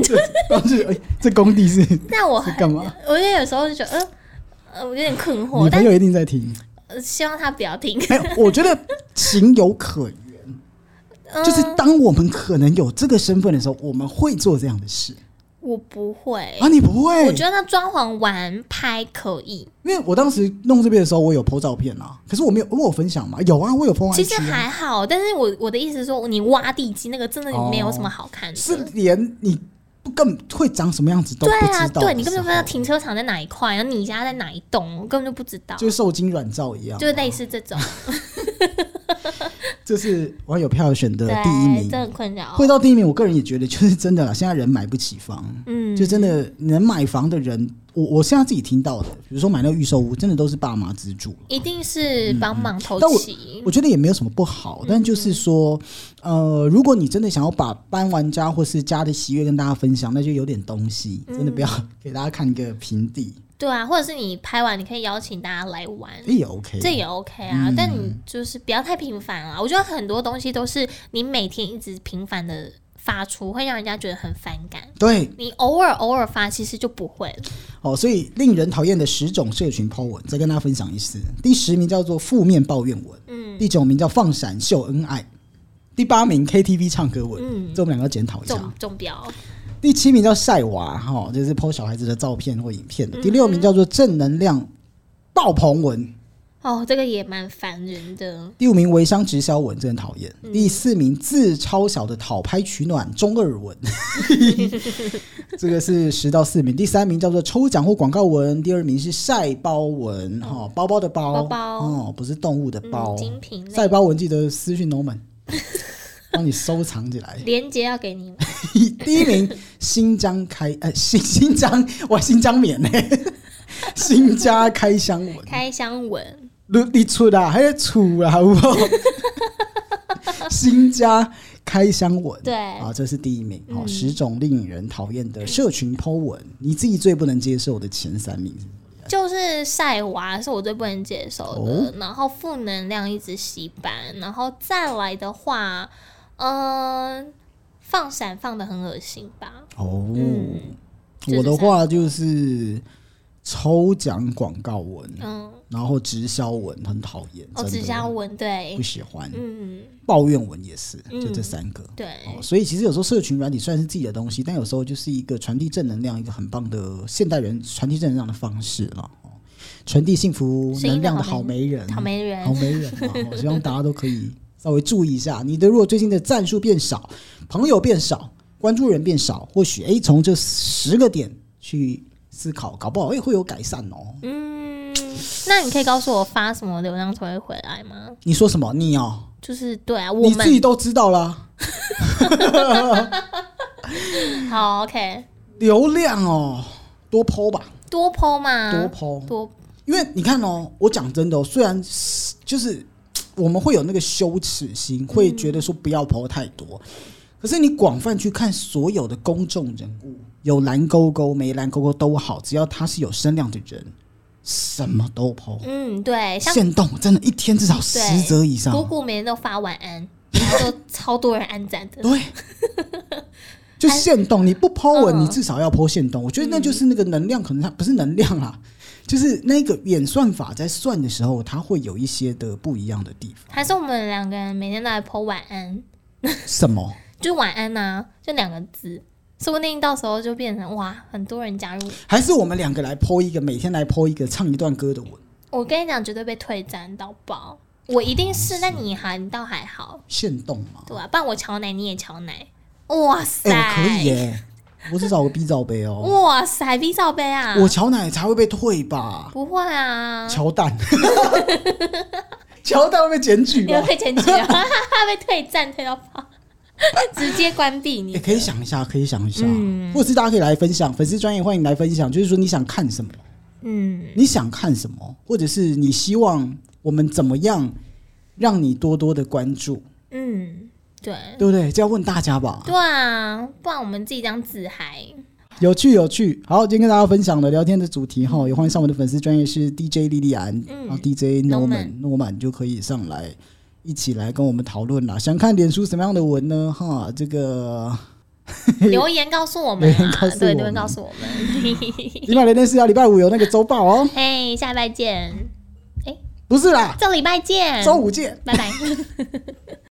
[SPEAKER 1] 然后就哎、这工地是
[SPEAKER 2] 让我
[SPEAKER 1] 干嘛？
[SPEAKER 2] 我就有时候就觉得，呃，呃我有点困惑
[SPEAKER 1] 你，朋
[SPEAKER 2] 但
[SPEAKER 1] 友一定在听。
[SPEAKER 2] 呃希望他不
[SPEAKER 1] <laughs>
[SPEAKER 2] 要听。
[SPEAKER 1] 没有，我觉得情有可原。
[SPEAKER 2] 嗯
[SPEAKER 1] 就是当我们可能有这个身份的时候，我们会做这样的事
[SPEAKER 2] 我不会，
[SPEAKER 1] 啊！你不会？
[SPEAKER 2] 我觉得那装潢完拍可以，
[SPEAKER 1] 因为我当时弄这边的时候，我有 PO 照片啊，可是我没有，我有分享嘛，有啊，我有 PO
[SPEAKER 2] 其实
[SPEAKER 1] IG 啊
[SPEAKER 2] 还好，但是我我的意思是说，你挖地基那个真的
[SPEAKER 1] 哦
[SPEAKER 2] 没有什么好看的。
[SPEAKER 1] 是连你不更会长什么样子都不
[SPEAKER 2] 对
[SPEAKER 1] 知道
[SPEAKER 2] 啊，
[SPEAKER 1] 的时候，
[SPEAKER 2] 对你根本就不知道停车场在哪一块，然后你家在哪一栋，我根本就不知道，
[SPEAKER 1] <laughs> 就是受精卵照一样，
[SPEAKER 2] 就类似
[SPEAKER 1] <laughs>
[SPEAKER 2] 这种。
[SPEAKER 1] 这是网友票选的
[SPEAKER 2] 对
[SPEAKER 1] 第一，
[SPEAKER 2] 这
[SPEAKER 1] 名。
[SPEAKER 2] 很困扰。
[SPEAKER 1] 会到第一名，我个人也觉得就是真的啦。现在人买不起房，
[SPEAKER 2] 嗯
[SPEAKER 1] 就真的能买房的人，我我现在自己听到的，比如说买那个预售屋，真的都是爸妈资助。
[SPEAKER 2] 一定是帮忙投
[SPEAKER 1] 嗯但我
[SPEAKER 2] 齐。
[SPEAKER 1] 我觉得也没有什么不好，
[SPEAKER 2] 嗯
[SPEAKER 1] 但就是说，呃，如果你真的想要把搬完家或是家的喜悦跟大家分享，那就有点东西，
[SPEAKER 2] 嗯
[SPEAKER 1] 真的不要给大家看一个平地，
[SPEAKER 2] 对啊，或者是你拍完，你可以邀请大家来玩，
[SPEAKER 1] 这也 OK。
[SPEAKER 2] 这也 OK 啊。但你就是不要太频繁啊。我觉得很多东西都是你每天一直频繁的发出，会让人家觉得很反感。
[SPEAKER 1] 对
[SPEAKER 2] 你偶尔偶尔发，其实就不会了。
[SPEAKER 1] 哦，所以令人讨厌的十种社群 po 文，再跟大家分享一次。第十名叫做负面抱怨文，
[SPEAKER 2] 嗯
[SPEAKER 1] 第九名叫放闪秀恩爱，第八名 KTV 唱歌文，
[SPEAKER 2] 嗯
[SPEAKER 1] 这我们两个要检讨一下。
[SPEAKER 2] 中中标，
[SPEAKER 1] 第七名叫晒娃哈、哦，就是 po 小孩子的照片或影片
[SPEAKER 2] 嗯
[SPEAKER 1] 的。第六名叫做正能量爆棚文。
[SPEAKER 2] 哦，这个也蛮烦人的。
[SPEAKER 1] 第五名微商直销文，真的讨厌。
[SPEAKER 2] 嗯
[SPEAKER 1] 第四名字超小的讨拍取暖中二文， <laughs> 这个是十到四名。第三名叫做抽奖或广告文，第二名是晒包文，哈、哦，包包的包，
[SPEAKER 2] 嗯包包
[SPEAKER 1] 哦，不是动物的包。
[SPEAKER 2] 嗯，精品类
[SPEAKER 1] 晒包文记得私讯
[SPEAKER 2] <laughs>
[SPEAKER 1] Norman，帮你收藏起来。 <laughs>
[SPEAKER 2] 连接要给你吗，
[SPEAKER 1] 第一名新疆开呃新新疆哇新疆棉呢、 <laughs> 新家开箱文。
[SPEAKER 2] 开箱文，
[SPEAKER 1] 你你出啦，还在出啦，好不好？ <laughs> 新家开箱文，
[SPEAKER 2] 对
[SPEAKER 1] <laughs> 啊，这是第一名。好、
[SPEAKER 2] 嗯
[SPEAKER 1] 十种令人讨厌的社群 Po 文，你自己最不能接受的前三名是
[SPEAKER 2] 就是晒娃是我最不能接受的，
[SPEAKER 1] 哦
[SPEAKER 2] 然后负能量一直洗版，然后再来的话，嗯、放闪放的很恶心吧，
[SPEAKER 1] 哦，
[SPEAKER 2] 嗯就是
[SPEAKER 1] 我的话就是抽奖广告文，
[SPEAKER 2] 嗯，
[SPEAKER 1] 然后直销文很讨厌，
[SPEAKER 2] 哦，
[SPEAKER 1] 真的
[SPEAKER 2] 直销文对
[SPEAKER 1] 不，喜欢，
[SPEAKER 2] 嗯，
[SPEAKER 1] 抱怨文也是，
[SPEAKER 2] 嗯
[SPEAKER 1] 就这三个。
[SPEAKER 2] 对
[SPEAKER 1] 哦，，所以其实有时候社群软体虽然是自己的东西，但有时候就是一个传递正能量，一个很棒的现代人传递正能量的方式了。哦，传递幸福
[SPEAKER 2] 声音
[SPEAKER 1] 能
[SPEAKER 2] 的
[SPEAKER 1] 量的
[SPEAKER 2] 好
[SPEAKER 1] 好
[SPEAKER 2] 媒
[SPEAKER 1] 媒人，
[SPEAKER 2] 好媒人
[SPEAKER 1] 好媒人啊！我希望大家都可以稍微注意一下，你的如果最近的战术变少，朋友变少，关注人变少，或许诶从这十个点去思考，搞不好诶会有改善哦。
[SPEAKER 2] 嗯，那你可以告诉我发什么流量才会回来吗？
[SPEAKER 1] 你说什么？你哦，
[SPEAKER 2] 就是对啊，我
[SPEAKER 1] 你自己
[SPEAKER 2] 们
[SPEAKER 1] 都知道啦，
[SPEAKER 2] 好 OK，
[SPEAKER 1] 流量哦，多抛吧，
[SPEAKER 2] 多剖嘛，
[SPEAKER 1] 多抛。
[SPEAKER 2] 多
[SPEAKER 1] 因为你看哦，我讲真的、哦，虽然是就是我们会有那个羞耻心，会觉得说不要抛太多，可是你广泛去看所有的公众人物，有蓝勾勾没蓝勾勾都好，只要他是有声量的人，什么都抛。
[SPEAKER 2] 嗯，对，像
[SPEAKER 1] 限动真的，一天至少十
[SPEAKER 2] 对
[SPEAKER 1] 则以上
[SPEAKER 2] 姑。姑每天都发晚安，然后都超多人按赞的， <laughs>
[SPEAKER 1] 对，就限动，你不抛文，
[SPEAKER 2] 嗯
[SPEAKER 1] 你至少要抛限动。我觉得那就是那个能量，可能它不是能量啦，就是那个演算法在算的时候，它会有一些的不一样的地方。
[SPEAKER 2] 还是我们两个人每天都来 po 晚安，
[SPEAKER 1] 什么？
[SPEAKER 2] 就晚安呐、就两个字，说不定到时候就变成哇，很多人加入。
[SPEAKER 1] 还是我们两个来抛一个，每天来抛一个唱一段歌的文？
[SPEAKER 2] 我跟你讲，绝对被退赞到爆，我一定是。那你还你倒还好，
[SPEAKER 1] 限动嘛？
[SPEAKER 2] 对吧、啊不然我瞧奶，你也瞧奶，哇塞，
[SPEAKER 1] 哎、我可以耶、我只找个 B 罩杯哦。
[SPEAKER 2] 哇塞，B 罩杯啊，
[SPEAKER 1] 我乔奶茶会被退吧？
[SPEAKER 2] 不会啊，
[SPEAKER 1] 乔蛋， <laughs> 乔蛋会被检举
[SPEAKER 2] 你
[SPEAKER 1] 吧
[SPEAKER 2] 们？被检举啊， <laughs> 哈哈哈被退赞退到爆，直接关闭你
[SPEAKER 1] 也、。哎可以想一下，可以想一下，
[SPEAKER 2] 嗯
[SPEAKER 1] 或者是大家可以来分享，粉丝专业欢迎来分享，就是说你想看什么，
[SPEAKER 2] 嗯，
[SPEAKER 1] 你想看什么，或者是你希望我们怎么样让你多多的关注，
[SPEAKER 2] 嗯，对
[SPEAKER 1] 对不对？这要问大家吧，
[SPEAKER 2] 对啊，不然我们自己当自嗨。
[SPEAKER 1] 有趣有趣。好，今天跟大家分享的聊天的主题哈，也欢迎上我们的粉丝专业是 DJ 莉莉安，
[SPEAKER 2] 嗯
[SPEAKER 1] 然后 DJ
[SPEAKER 2] Norman
[SPEAKER 1] 啊 Norman Norman 就可以上来一起来跟我们讨论啦。想看脸书什么样的文呢？哈，这个
[SPEAKER 2] <laughs>
[SPEAKER 1] <laughs>
[SPEAKER 2] 留言告诉我们
[SPEAKER 1] 留言
[SPEAKER 2] 啊
[SPEAKER 1] 告诉我，们
[SPEAKER 2] 对，留言告诉我们。 <laughs>
[SPEAKER 1] 礼拜六电视啊，礼拜五有那个周报哦，
[SPEAKER 2] 嘿，下礼拜见，
[SPEAKER 1] 不是啦，
[SPEAKER 2] 这礼拜见，
[SPEAKER 1] 周五见。
[SPEAKER 2] 拜拜。